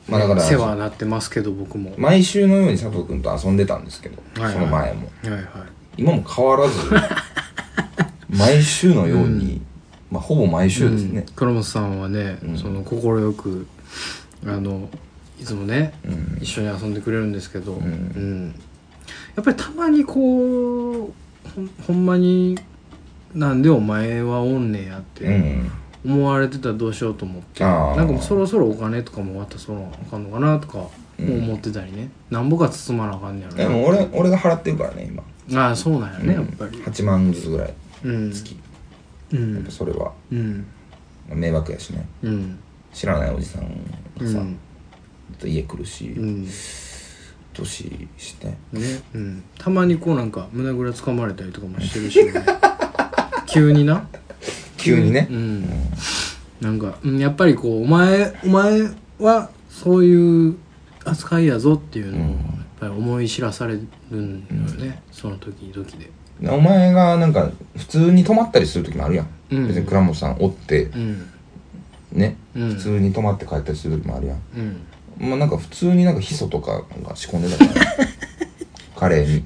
B: まあだから
A: 世話になってますけど僕も、
B: 毎週のように佐藤君と遊んでたんですけど、
A: いはい
B: その前も。
A: はいはい
B: 今も変わ らず、毎週のように、まあほぼ毎週ですね
A: うん。倉本さんはね、
B: うん
A: その快くあのいつもね
B: うん。
A: 一緒に遊んでくれるんですけど、
B: うん
A: うんやっぱりたまにこうほんほんまになんでお前はおんねやっ
B: う
A: て
B: ん。
A: 思われてたらどうしようと思って、
B: ああ。
A: なんかもうそろそろお金とかも渡そうなあかんのかなとか
B: うん
A: 思ってたりね、なんぼか包まなあかんねやろ
B: で
A: な
B: も俺、俺が払ってるからね、今。
A: ああそうなんやね、やっぱり
B: 8万ずつぐらい。
A: うん
B: 月。
A: う
B: やっ
A: ん
B: ぱそれは、
A: うん
B: 迷惑やしね。
A: うん
B: 知らないおじさん
A: う
B: がさ、
A: ん
B: 家来るし
A: う、ん
B: 年して。
A: ねうんたまにこうなんか胸ぐらつかまれたりとかもしてるし、ね、 急にな
B: 急にね
A: う。ん、なんか、うん、やっぱりこうお前お前はそういう扱いやぞっていうのを
B: うん
A: やっぱり思い知らされるんだよね、その時々で
B: お前がなんか普通に泊まったりする時もあるやん、
A: うん
B: 別に倉本さんおって
A: うん
B: ね、
A: うん
B: 普通に泊まって帰ったりする時もあるやん
A: うん
B: まあなんか普通になんかヒ素とかが仕込んでた からカレーに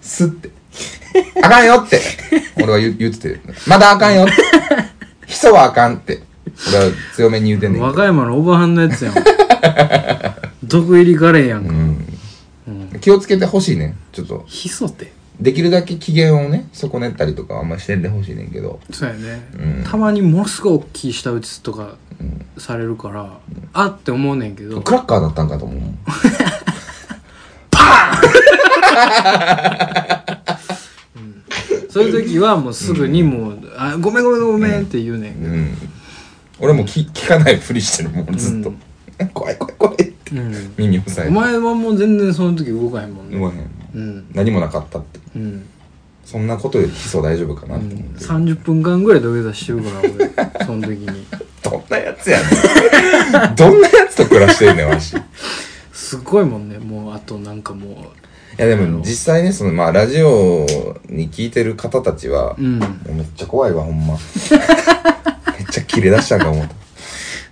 B: スッて「あかんよ」って俺は言う言ってて「まだあかんよ」って「ヒ素はあかん」って俺は強めに言うてんねんけど
A: 和歌山のおばはんのや つやん毒入りカレーやんか、
B: うん気をつけてほしいねんちょっと
A: ヒソって
B: できるだけ機嫌をね損ねたりとかはあんまりしてんでほしいねんけど
A: そうやね、
B: うん
A: たまにものすごい大きい舌打ちとかされるから、あって思うねんけど
B: クラッカーだったんかと思うもん。
A: そういう時はもうすぐにもう「あごめんごめんごめん」って言うねんけど、
B: うん。俺もき聞かないふりしてるもん、ずっと。怖い怖い怖いって
A: うん
B: 耳を塞いで。
A: お前はもう全然その時動かへんもんね
B: 言わへん。
A: うん
B: 何もなかったって。
A: うん、
B: そんなことよりヒ素大丈夫かなって思って。
A: 30分間ぐらい土下座してるから俺 その時に
B: どんなやつやねん。 どんなやつと暮らしてんねん、わし。い
A: すっごいもんねもうあとなんかも
B: やでも実際ね、そのまあラジオに聞いてる方たちは
A: う、うん
B: もうめっちゃ怖いわ、ほ んま。めっちゃキレ出したんか思っ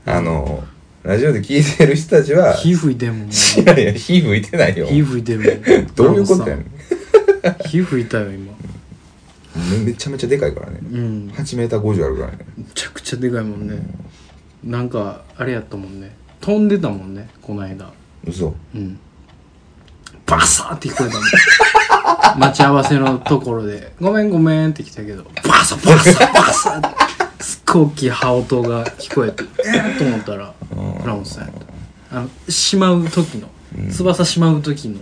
B: た。あの、ラジオで聞いてる人たちは、
A: 火吹いてんもんもう
B: いやいや、火吹いてないよ。
A: 火吹いてるもん
B: どういうことやねん。
A: 火吹いたよ今
B: めめちゃめちゃでかいからね
A: うんめ
B: 8メーター50あるからね
A: ちゃくちゃでかいもんねなんかあれやったもんね飛んでたもんねこの間
B: 嘘
A: うんバサーって聞こえたもん 待ち合わせのところで「ごめんごめん」って来たけどバサバサバサってすっごい大きい羽音が聞こえてえーっと思ったら倉本さんやったあのしまう時の、翼しまう時の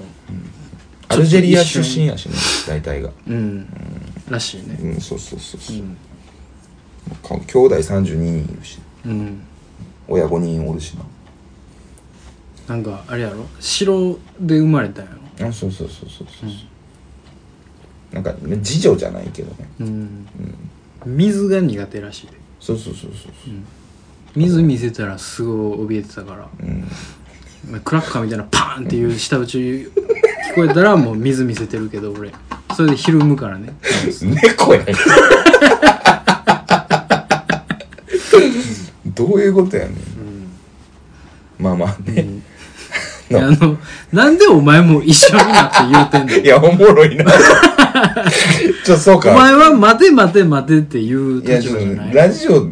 B: アルジェリア出身やしね大体が
A: うん、らしいね、
B: うんそうそうそうそううんか兄弟32人いるし
A: うん、
B: 親5人おるし
A: なんかあれやろ城で生まれたんやろ
B: なあそうそうそうそうそう、なんか次女じゃないけどね
A: うん、水が苦手らしいで
B: そうそうそうそうそう
A: 水見せたらすごい怯えてたから
B: うん
A: クラッカーみたいなパーンっていう舌打ち聞こえたらもう水見せてるけど俺それでひるむからね
B: 猫や んどういうことやねんまあまあね、
A: あの なんでお前も一緒になって言うてんの
B: いやおもろい なちょそう
A: お
B: か
A: 前は待て待て待てっていう
B: いや、
A: 立
B: ち
A: 場
B: ょっ
A: じゃ
B: と
A: ない
B: ラジオ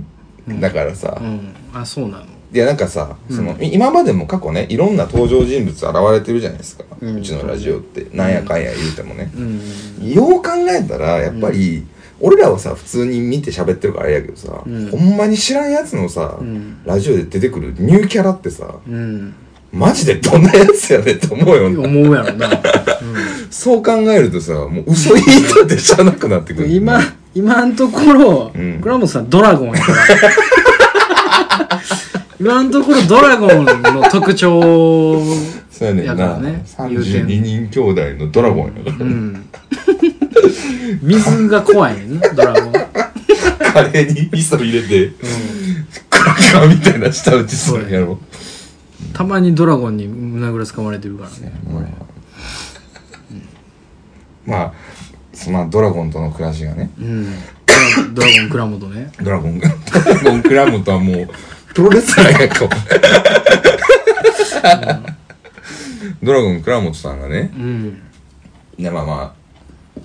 B: だからさ、
A: うんあそうなの
B: いや、なんかさ、その、今までも過去ね、いろんな登場人物現れてるじゃないですか。う
A: うん
B: ちのラジオって、なんやかんや言うてもね。
A: うん
B: よう考えたら、やっぱり、俺らはさ、普通に見て喋ってるからあれやけどさ、
A: うん
B: ほんまに知らんやつのさ、
A: うん
B: ラジオで出てくるニューキャラってさ、
A: うん
B: マジでどんなやつやねんって思うよな。
A: 思うやろな、
B: そう考えるとさ、もう嘘言いたってしゃあなくなってく
A: うん
B: る。
A: 今今のところ、
B: うん
A: 倉本さんドラゴンや から今のところドラゴンの特徴
B: そうやねん
A: やか
B: な。
A: らね言うてん
B: 32人兄弟のドラゴンやから。
A: うん。水が怖いねんな、ドラゴン。
B: カレーに味噌入れて、カラカラみたいな舌打ちするんやろ。
A: たまにドラゴンに胸ぐらつかまれてるからね
B: まあ、そまあ、ドラゴンとの暮らしがね。
A: うんドラドラゴン倉本ね
B: ドラゴンが、ドラゴンクラムとはもう、プロレスラーやんか。ドラゴン倉本さんがね、
A: うん
B: いやまあまあ、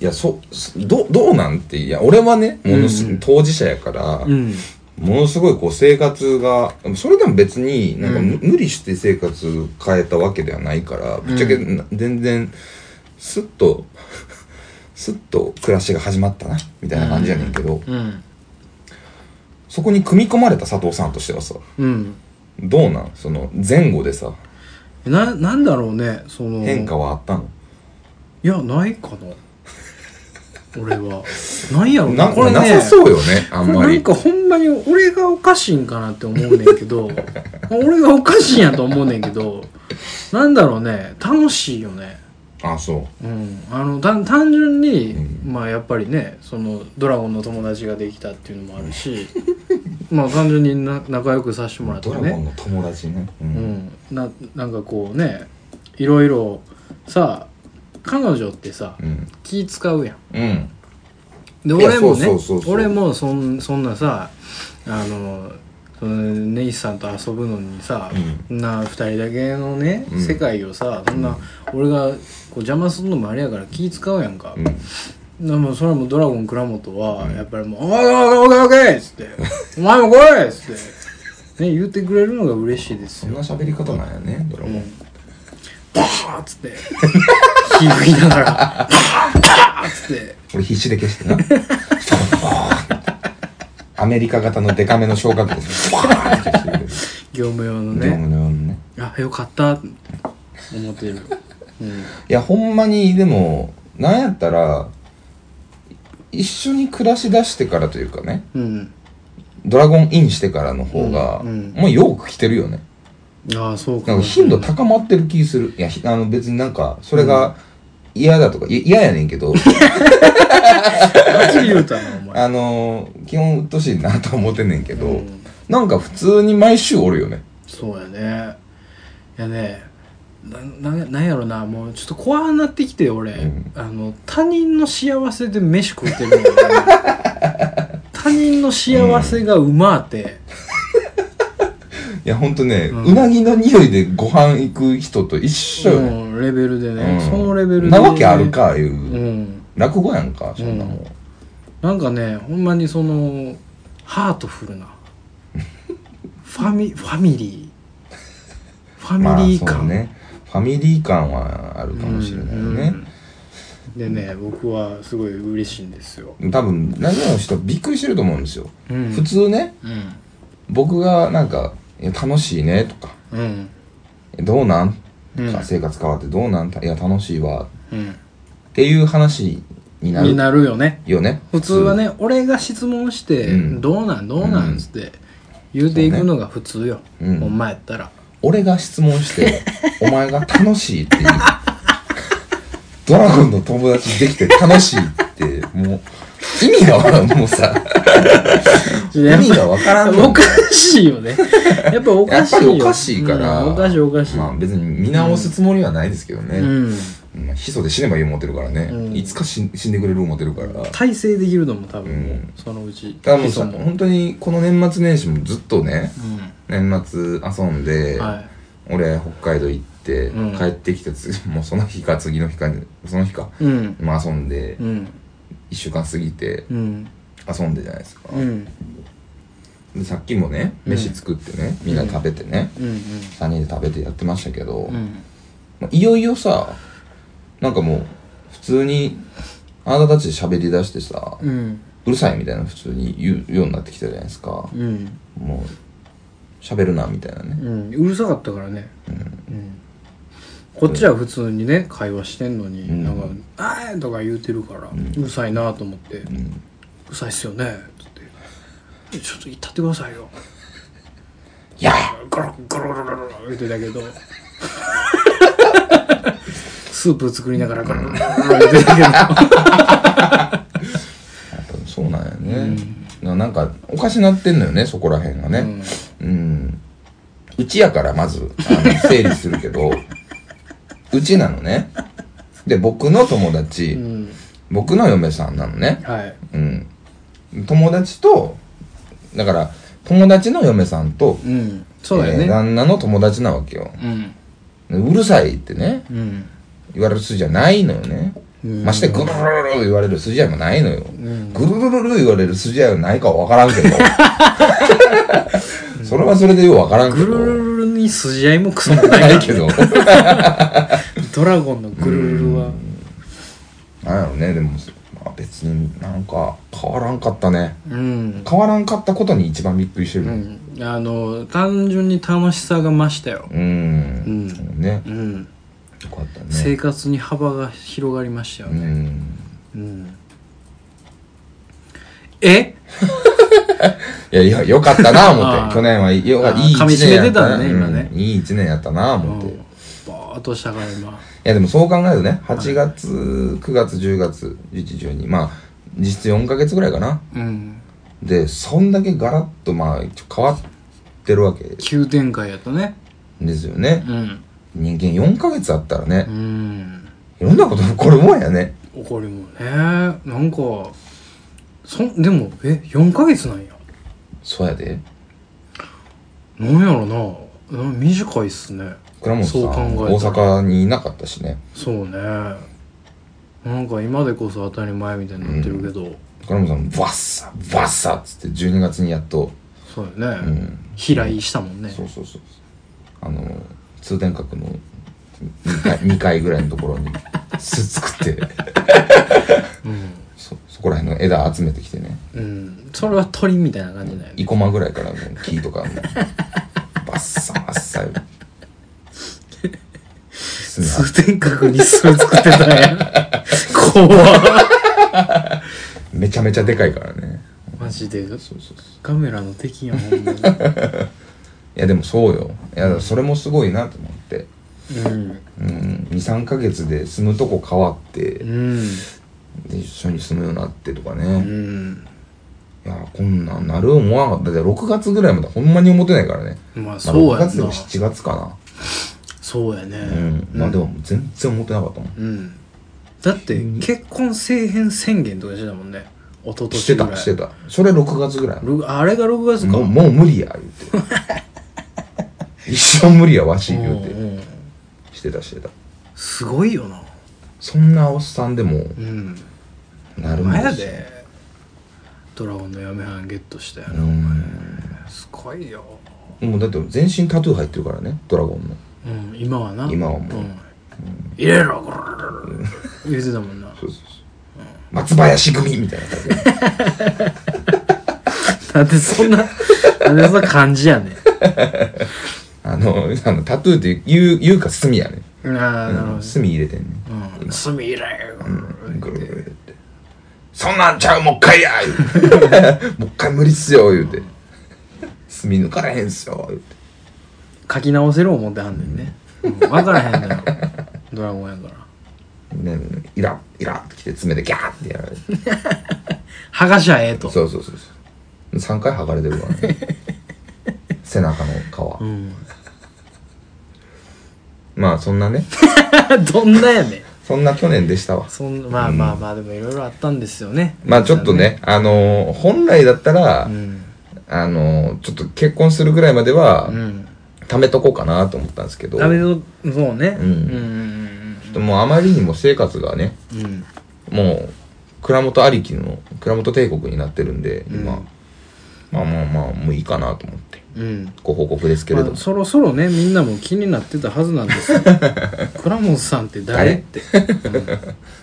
B: いや、そ、そどう、どうなんて、いや、俺はね、ものす、
A: うんうん
B: 当事者やから、
A: うん
B: ものすごいこう生活が、それでも別になんかむ、無理して生活変えたわけではないから、ぶっちゃけな全然、すっと、 すっと暮らしが始まったな、みたいな感じやねんけど、
A: うん
B: そこに組み込まれた佐藤さんとしてはさ、
A: うん
B: どうなんその前後でさ、
A: ななんだろうねその
B: 変化はあったの、
A: いやないかな俺はなんやろ
B: な
A: これね
B: なさそうよね、あ
A: こ
B: ん
A: れ
B: ま
A: なん
B: り。
A: かほんまに俺がおかしいんかなって思うねんけ ど俺がおかしいんやと思うねんけどなんだろうね楽しいよね
B: あ、そ
A: うん、あの単単純に、
B: う
A: まあやっぱりねそのドラゴンの友達ができたっていうのもあるし まあ単純にな仲良くさせてもら
B: う。
A: って
B: ドラゴ
A: ね、
B: ンの友達ね。う。
A: うんん、ななんかこうねいろいろさ彼女ってさ
B: うん。
A: 気使うやん
B: うん。
A: で
B: いや
A: 俺もね
B: そうそうそうそう
A: 俺もそんそんなさあのそのネイスさんと遊ぶのにさ、そんな2人だけのね、
B: うん
A: 世界をさそんな俺がこう邪魔するのもあれやから気使うやんか、
B: うん。
A: でもそれはもうドラゴン倉本は
B: うん
A: やっぱりもう「おいおいおいおいおい!」っつって「お前も来い!」っつって、ね、言ってくれるのが嬉しいです
B: そん
A: よ
B: な。喋り方なんやね、ドラ
A: う
B: ゴン。
A: んバーッつって 火吹きながら「バーッバーッつって
B: 俺必死で消してな。アメリカ型のデカめの消火器 でバーンって消して
A: 業務用の
B: くれる。ドー
A: ね
B: ムのようにね。
A: 「あよかった」って思ってる。うん
B: いや、ほんまに、でも、なんやったら、一緒に暮らし出してからというかね、
A: うん、
B: ドラゴンインしてからの方が、
A: うんうん
B: もうよく来てるよね。
A: ああそうか
B: なん
A: も
B: か頻度高まってる気する。いや、ひあの別になんか、それが嫌だとか、い嫌やねんけど、
A: はっきり言うたなお前
B: あのー、基本うっとしいなと思ってんねんけど、
A: うん
B: なんか普通に毎週おるよね。
A: そうやねいやねなななんやろなもうちょっと怖なってきて俺、
B: うん
A: あの他人の幸せで飯食うてるのよ ね他人の幸せがうまって、
B: いや、ほんとね、
A: う
B: うんなぎの匂いでご飯行く人と一緒よ
A: う
B: ね。
A: ん、レベルでね、
B: うん
A: そのレベルで、ね、
B: なわけあるか、いう。
A: うん
B: 落語やんか、そんなもん。
A: うんなんかねほんまにそのハートフル なファミファミリーファ
B: まあ、
A: ミリー
B: そう
A: 感、
B: ね。ファミリー感はあるかもしれないよね。
A: うんうんでね僕はすごい嬉しいんですよ、
B: 多分、ラジオの人はびっくりしてると思うんですよ。
A: うん
B: 普通ね、
A: うん
B: 僕がなんか、いや楽しいねとか、
A: うん
B: どうなん、
A: うん
B: 生活変わってどうなんいや、楽しいわ。
A: うん
B: っていう話にな
A: に
B: る
A: なるよね
B: よね。
A: 普通はね俺が質問して「
B: うん
A: どうなんどうな
B: うん
A: ん?」っつって言うていくのが普通よ、
B: そうねうん
A: ほんまやったら
B: 俺が質問して、お前が楽しいっていう。ドラゴンの友達できて楽しいって、もう、意味がわからん、もうさ、
A: 意
B: 意味がわからんの
A: おかしいよねやっぱおかしいよ
B: やっぱりおかしいから
A: うんおかしいおかしい、
B: まあ別に見直すつもりはないですけど
A: う
B: ね。
A: ん
B: まあ、ヒ素で死ねばいい思ってるからね。
A: うん
B: いつか死ん死んでくれる思ってるから。だか
A: 体制できるのも多分もう、
B: うん
A: そのうち
B: らもう
A: そ
B: さ、本当にこの年末年始もずっとね、
A: う
B: 年末遊んで、
A: んはい
B: 俺北海道行って、
A: うん
B: 帰ってきてつ、 もうその日か次の日かに、その日か、
A: うん
B: まあ遊んで、
A: うん
B: 一週間過ぎて
A: うん
B: 遊んでじゃないですか、
A: うん
B: でさっきもね
A: うん
B: 飯作ってね、みんな食べてね、
A: うん
B: 3人で食べてやってましたけど、
A: うんうん
B: まあいよいよさなんかもう普通にあなたたちで喋り出してさ、う
A: うん
B: るさいみたいな普通に言うようになってきたじゃないですか、
A: うん
B: もう喋るなみたいなね、
A: うん、うるさかったからね、うんこっちは普通にね会話してんのに、
B: うん
A: なんか「あーとか言うてるから、うるさいなと思って「うるさいっすよね」つって「ちょっと立ってくださいよ
B: いや」
A: ゴロゴロゴロゴロゴロ言ってたけどスープ作りながらゴロゴロゴロゴロ言ってたけど
B: やっぱそうなんやね、ななんかおかしなってんのよねそこら辺がねうん、うちやからまずあの整理する けどうちなのねで僕の友達、
A: うん
B: 僕の嫁さんなのね
A: はい
B: うん友達とだから友達の嫁さんと、
A: うんそうだよ
B: えー
A: ね
B: 旦那の友達なわけよ
A: うん
B: でうるさいってね
A: うん
B: 言われる筋じゃないのよね、
A: うん
B: ましてぐるるるる言われる筋合いもないのよ、
A: ん
B: ぐるるるる言われる筋合いはないかは分からんけ どそれはそれでよう分からんけ
A: ぐ
B: ど
A: るるるに筋合いもクソもない
B: ない
A: け
B: け
A: ど
B: ど
A: ドラゴンのぐるるるは
B: なんやろねでも、まあ、別になんか変わらんかったね
A: うん
B: 変わらんかったことに一番びっくりしてる
A: うんあの単純に楽しさが増したよ
B: うん
A: うん
B: ね
A: うん
B: よかった
A: 生
B: ね
A: 活に幅が広がりましたよ
B: う
A: ね
B: ん
A: うんえ
B: いやいやよかったな 思
A: あ
B: っ
A: ー
B: て去年はいいよ
A: あー
B: いい一
A: 噛み締
B: 年
A: め
B: や
A: て
B: ったた
A: んだね今ね
B: うんいい一年やったな
A: う
B: 思
A: ん
B: って、
A: ぼーっとしたから今
B: いやでもそう考えるとね8月、9月10月1112まあ実質4ヶ月ぐらいかな
A: うん
B: でそんだけガラッとまあ一応変わってるわけ
A: 急展開やとね
B: ですよね
A: うん
B: 人間4ヶ月あったら
A: う
B: ね
A: ん
B: いろんなこと 起こるもんやね
A: 怒りもねなんかそんでもえ4ヶ月なんや
B: そうやで
A: なんやろなな短いっすね
B: 倉本さん
A: そう考え
B: 大
A: たら
B: 阪にいなかったしね
A: そうねなんか今でこそ当たり前みたいになってるけど、
B: 倉本さんバッサバッサっつって12月にやっと
A: そうよ
B: う
A: ね、
B: ん
A: 飛来したもんね
B: そうそうそうあの通天閣の2階 ,2 階ぐらいのところに巣作って
A: うん、
B: そそこら辺の枝集めてきてね
A: うん、それは鳥みたいな感じだよね
B: 生駒ぐらいからの木とかもバッサバッサよ砂
A: 通天閣にそれ作ってたん や 怖っ
B: めちゃめちゃでかいからね
A: マジで
B: そうそうそう
A: カメラの敵やほん まに
B: いやでもそうよいやそれもすごいなと思って
A: うん
B: うん23ヶ月で住むとこ変わって
A: うん
B: で一緒に住むようになってとかね、
A: う
B: い
A: ん
B: やこんなんなる思わなかっただって6月ぐらいまでほんまに思ってないからね
A: まあそうや
B: まあ、6
A: ん
B: 月で
A: な
B: も7月か
A: そうやね
B: なうん、まあでも全然思ってなかったもん
A: うんだって結婚せえへん宣言とかしてたもんね一昨年
B: して
A: ぐらい
B: たしてたそれ6月ぐらい
A: ろあれが6月か
B: もうもう無理や言 うて一生無理やわし
A: うん
B: 言うて
A: うん
B: してたしてた
A: すごいよな
B: そんなおっさんでも
A: うん
B: な
A: お
B: るん
A: 前や
B: です
A: でドラゴンの嫁はんゲットしたよ
B: う
A: な、
B: ん
A: すごいよ、
B: もうだって全身タトゥー入ってるからねドラゴンの
A: うん、今はな
B: 今はもうん
A: 入れろこれ言ってたもんな
B: そうそうそう松林組みたいな感じで
A: なんでそんななんでそんな感じやねん
B: あのあのタトゥーって言う言うか墨やね
A: ああなるほど、
B: 墨入れてんね
A: うん、炭入れよ、
B: ぐるぐるってそんなんちゃうもう一回や 言うてもう一回無理っすよ言うて墨抜かれへんっすよ言うて
A: 書き直せろ思ってはんねんね、うん、分からへんのよドラゴンやから
B: ね、イライラってきて爪でギャーってやられて
A: 剥がしゃええと
B: そうそうそうそう3回剥がれてるから ね背中の皮、
A: ん
B: まあそんなね
A: どんなやねん
B: そんな去年でしたわ
A: そんまあまあまあでもいろいろあったんですよね
B: まあちょっとねあのー本来だったら、
A: うん
B: あのーちょっと結婚するぐらいまでは、
A: うん
B: 貯めとこうかなと思ったんですけど
A: 食べ
B: ちょ
A: とそうね
B: うん
A: うん
B: っともうあまりにも生活がね
A: うんうん
B: もう蔵元ありきの蔵元帝国になってるんで今、
A: うん
B: まあまあまあもういいかなと思って
A: うん
B: ご報告ですけれども、
A: まあ、そろそろねみんなも気になってたはずなん ですよ倉本さんって誰
B: 誰
A: って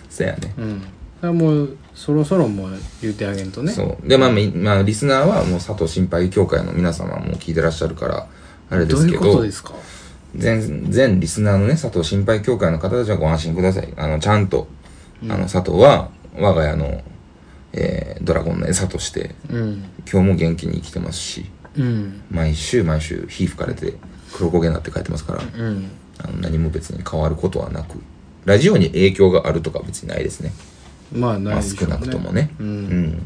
B: せやね
A: うん、うん、だからもうそろそろもう言うてあげんとね
B: そう。で、まあ、みまあ、リスナーは、もう、佐藤心配協会の皆様も聞いてらっしゃるから、あれで
A: どう
B: す
A: い
B: け
A: う
B: ど、
A: ことですか
B: 全、全リスナーのね、佐藤心配協会の方たちはご安心ください。あの、ちゃんと、あの、佐藤は、我が家の、えー、ドラゴンの餌として、
A: うん
B: 今日も元気に生きてますし、
A: うん
B: 毎週毎週、火吹かれて、黒焦げになって帰ってますから、
A: うん
B: あの何も別に変わることはなく、ラジオに影響があるとか別にないですね。
A: まあな
B: ま
A: い
B: あ、
A: でしょ
B: 少
A: うね
B: なくともね。
A: う
B: うんん。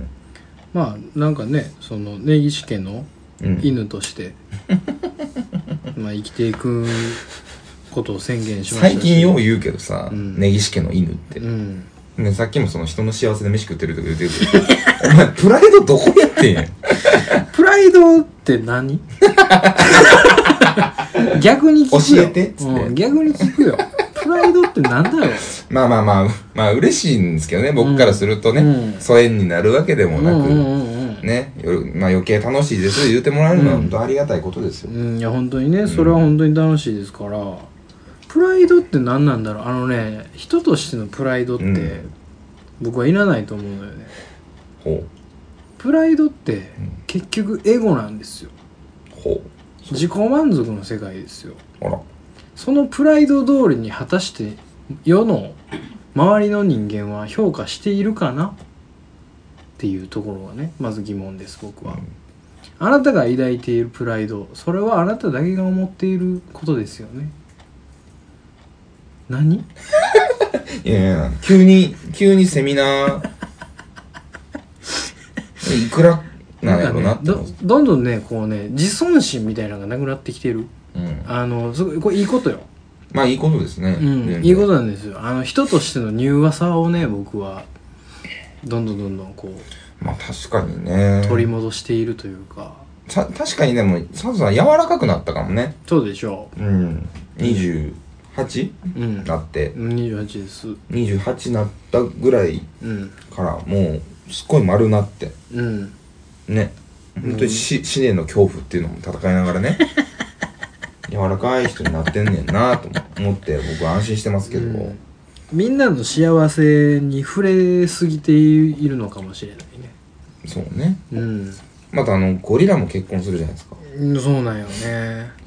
A: まあなんかねその根岸家の
B: うん
A: 犬と して、まあ生きていくことを宣言しましたし
B: 最近よう言うけどさ、
A: うん
B: 根岸家の犬って、
A: うん
B: ね、さっきもその人の幸せで飯食ってるとか言ってるけど お前プライドどこやってんやん
A: プライドって何 逆に聞くよ
B: 教えてっつって
A: うん、逆に聞くよプライドってなんだよ
B: まあまあまあまあ嬉しいんですけどね僕からするとね、
A: うん
B: 疎遠になるわけでもなく、
A: うんうんうん
B: ねよまあ余計楽しいです言うてもらえるのは本当ありがたいことですよ、
A: うん、うん、いや本当にねそれは本当に楽しいですから、プライドって何なんだろうあのね人としてのプライドって、
B: うん
A: 僕はいらないと思うのよね
B: ほ
A: プライドって
B: ん
A: 結局エゴなんですよ
B: うほ
A: 自己満足の世界ですよ
B: うあら
A: そのプライド通りに果たして世の周りの人間は評価しているかなっていうところがねまず疑問です僕は、あなたが抱いているプライドそれはあなただけが思っていることですよね何
B: いやいや急に急にセミナーいくらなんやろうな
A: な
B: っ
A: んか
B: て
A: ね
B: 思
A: ど
B: う
A: どんどんねこうね自尊心みたいなのがなくなってきてる
B: うん、
A: あのすごいこれいいことよ
B: まあいいことですね、
A: うん
B: 全
A: い
B: 然
A: いことなんですよあの人としての柔和さをね僕はどんどんどんどんこう
B: まあ確かにね
A: 取り戻しているというか、
B: さ確かにでも佐藤さん柔らかくなったかもね
A: そうでしょ
B: うん28
A: ううん
B: なって
A: 28です
B: 28なったぐらい
A: うん
B: からもうすっごい丸なって
A: うん
B: ね本当にし、試練の恐怖っていうのも戦いなが らね柔らかい人になってんねんなと思って僕は安心してますけど、
A: うんみんなの幸せに触れすぎているのかもしれないね
B: そうね
A: うん
B: またあのゴリラも結婚するじゃないですか
A: うんそうなんよね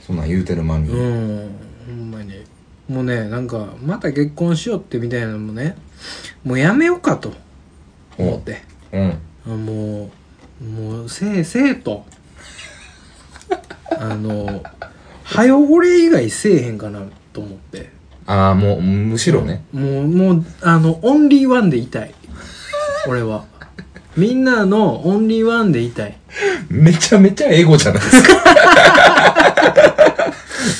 B: そんなん言うてる間に、
A: うんほんまにもうねなんかまた結婚しようってみたいなのもねもうやめようかと思って
B: うん
A: あもうもうせいせいとあの早俺以外せえへんかなと思って
B: ああもうむしろね、
A: もうもうあのオンリーワンでいたい俺はみんなのオンリーワンでいたい
B: めちゃめちゃエゴじゃないで すか。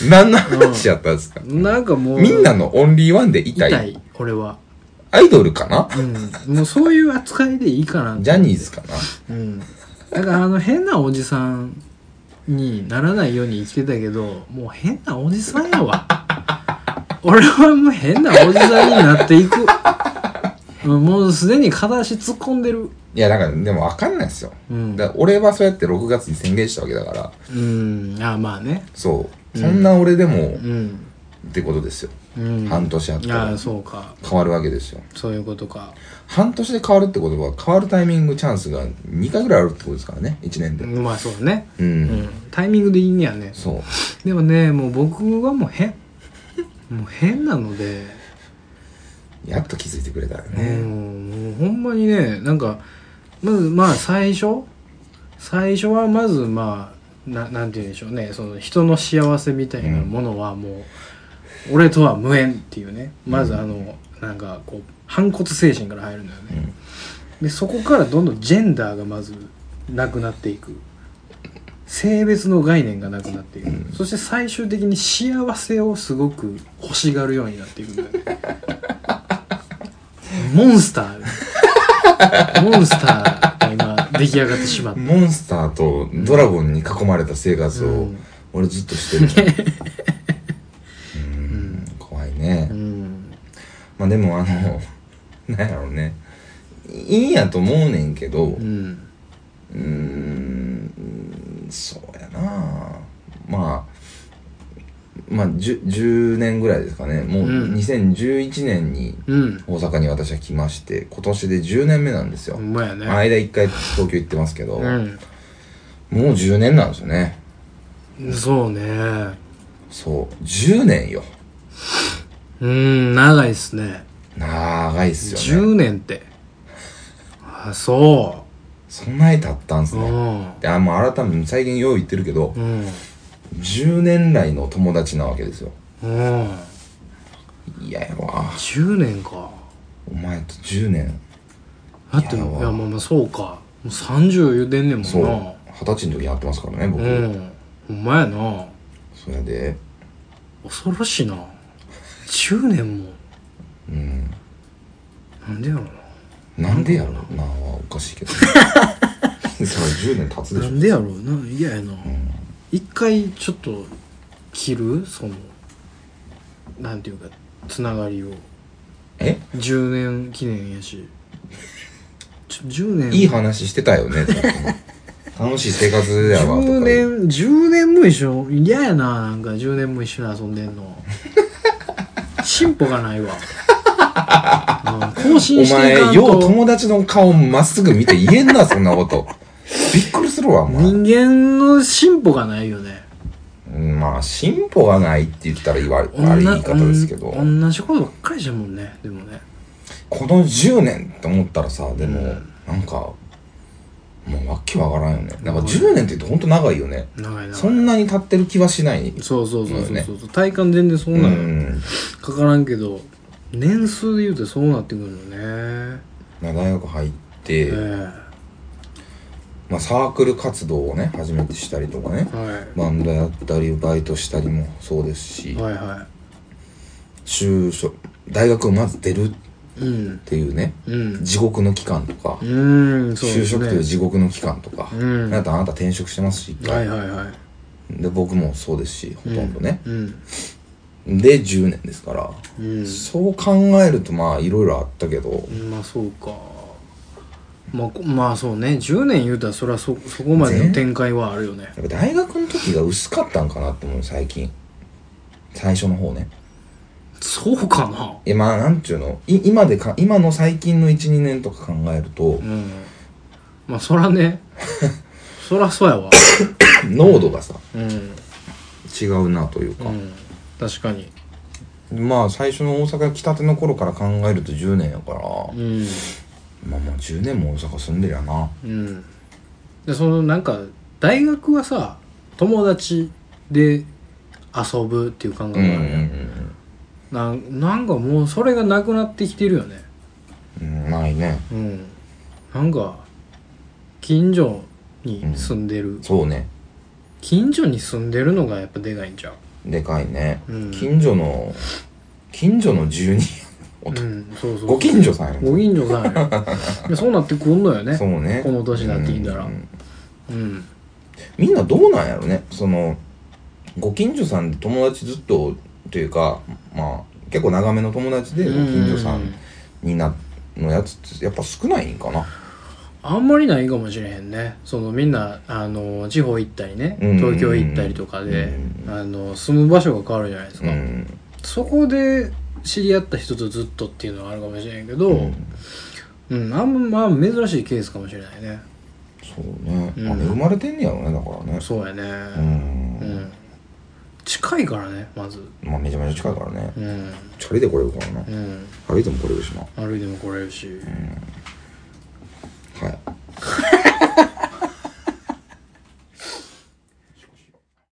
B: 何の話やったんですか、
A: なんかもう
B: みんなのオンリーワンでい
A: い
B: たい。
A: たい俺は
B: アイドルかな
A: うんもうそういう扱いでいいかな
B: ジャニーズかな
A: うんだからあの変なおじさんにならないように生きてたけどもう変なおじさんやわ 俺はもう変なおじさんになっていくうんもうすでに片足突っ込んでる
B: いや、なんか、でもわかんないですよ。
A: うん
B: だから俺はそうやって6月に宣言したわけだから、
A: うんあまあね
B: そう。そんな俺でも、
A: う
B: っ
A: ん
B: てことですよ。
A: うん
B: 半年あった
A: あ
B: ら
A: あそうか
B: 変わるわけですよ。
A: そういうことか
B: 半年で変わるってことは、変わるタイミング、チャンスが2回ぐらいあるってことですからね、1年で。
A: まあそうね
B: う。
A: うんんタイミングでいいんやね
B: そう。
A: でもねもう僕はもう変もう変なので
B: やっと気づいてくれたら
A: う
B: ね。
A: んもうほんまにねなんかまずまあ最初最初はまずまあななんて言うんでしょうねその人の幸せみたいなものはもう、俺とは無縁っていうねまずあの、なんかこう反骨精神から入るんだよね、でそこからどんどんジェンダーがまずなくなっていく性別の概念がなくなっていく、そして最終的に幸せをすごく欲しがるようになっていくんだよね モンスター モンスターが今出来上がってしまった、
B: モンスターとドラゴンに囲まれた生活
A: う
B: を
A: ん、
B: 俺ずっとしてる うん怖いね、
A: うん、
B: まあでも あのなんやろうねいいんやと思うねんけど
A: う
B: うんーんそうやなまあまあ 10, 10年ぐらいですかねもう
A: うん
B: 2011年に
A: うん
B: 大阪に私は来まして今年で10年目なんですよ、
A: ほんまやね、
B: まあ間1回東京行ってますけど、
A: うん
B: もう10年なんですよね
A: そうね
B: そう10年よ
A: うん長いっすね
B: 長いっすよね
A: 10年ってあそ
B: そんなに経ったんす
A: うう
B: ね
A: ん
B: であもう改めて最近よう言ってるけど
A: うん
B: 10年来の友達なわけですよ
A: うん
B: 嫌やわ
A: 10年か
B: お前と10年
A: だってい
B: い
A: や
B: や
A: まあまあそうかう30言うてんねんも
B: そうん
A: な
B: 二十歳の時やってますからね僕、
A: うんほんまやな
B: それで
A: 恐ろしいな10年も
B: うん
A: なんでやろ
B: なんでやろうなはおかしい けどそれ10年経つで
A: なな
B: しょ
A: んでやろうな嫌やな
B: うん
A: 一回ちょっと切るそのなんていうかつながりを
B: え
A: 10年記念やしちょ10年
B: いい話してたよねさっきも楽しい生活やわとか
A: 10年10年も一緒嫌やななんか10年も一緒に遊んでん の進歩がないわ、うん更新して
B: お
A: いか
B: 前
A: ん
B: よう
A: と
B: 友達の顔まっすぐ見て言えんなそん なことびっくりするわお前
A: 人間の進歩がないよね
B: うんまあ進歩がないって言ったら言われ
A: おんな
B: 悪い言い方ですけど
A: おん同じことばっかりじゃもんねでもね
B: この10年って思ったらさでも、
A: うん
B: なんかもうわけわからんよねなんか10年って言うとほんと長いよね
A: 長いな
B: そんなに経ってる気はしない
A: そうそうそうそうそう、
B: ね
A: 体感全然そう
B: う
A: なの、
B: ん
A: かからんけど年数で言うとそうなってくるのね
B: まあ大学入って、
A: ええ
B: まあ、サークル活動をね初めてしたりとかね
A: はい、
B: バンドやったりバイトしたりもそうですし、
A: はいは
B: 就職大学をまず出るっ
A: いうん
B: ていうね
A: うん
B: 地獄の期間とか、
A: うんそう
B: 就
A: です
B: 職
A: ね
B: という地獄の期間とか、
A: うん
B: あなたあなた転職してますし、
A: はいはいはい
B: で僕もそうですしほとんどね、
A: うん
B: で10年ですから、
A: うん
B: そう考えるとまあいろいろあったけど、
A: まあそうかまあこまあそうね10年言うたらそれはそそこまでの展開はあるよね
B: やっぱ大学の時が薄かったんかなって思う最近最初の方ね
A: そうかない
B: やまあなんちゅうのい今でか今の最近の12年とか考えると
A: うんまあそらね そらそうやわ
B: 濃度がさ
A: うん
B: 違うなという
A: う
B: か、
A: ん確かに
B: まあ最初の大阪来たての頃から考えると10年やから、
A: うん
B: まあまあ10年も大阪住んでるやな
A: うんでそのなんか大学はさ友達で遊ぶっていう感覚
B: うん
A: が
B: う
A: あ
B: ん
A: るやんなんなんかもうそれがなくなってきてるよね
B: うんうんないね
A: うんなんか近所に住んでる、
B: そうね
A: 近所に住んでるのがやっぱでかいんちゃ
B: でかいね、
A: うん
B: 近所の近所の住人
A: ううんそうそう
B: ご近所さんや
A: ご
B: ね
A: 近所さん やでそうなってくんのよね
B: そうね
A: この年になってきたら
B: うんうん
A: うん
B: みんなどうなんやろねそのご近所さんで友達ずっとというかまあ結構長めの友達でご近所さ
A: うん
B: になのやつってやっぱ少ないんかな
A: あんまりないかもしれへんねそのみんなあの地方行ったりね
B: うん
A: 東京行ったりとかで
B: う
A: あの住む場所が変わるじゃないです
B: う
A: か、
B: ん
A: そこで知り合った人とずっとっていうのはあるかもしれへんけど、うんあんま珍しいケースかもしれないね
B: そうね、
A: うん
B: あ恵まれてんねやろねだからね
A: そうや
B: う
A: ね
B: ん、
A: うん近いからねまず
B: まあめちゃめちゃ近いからね
A: うん
B: チャリで来れるからな
A: うん
B: 歩いても来れるしな
A: 歩いても来れるし、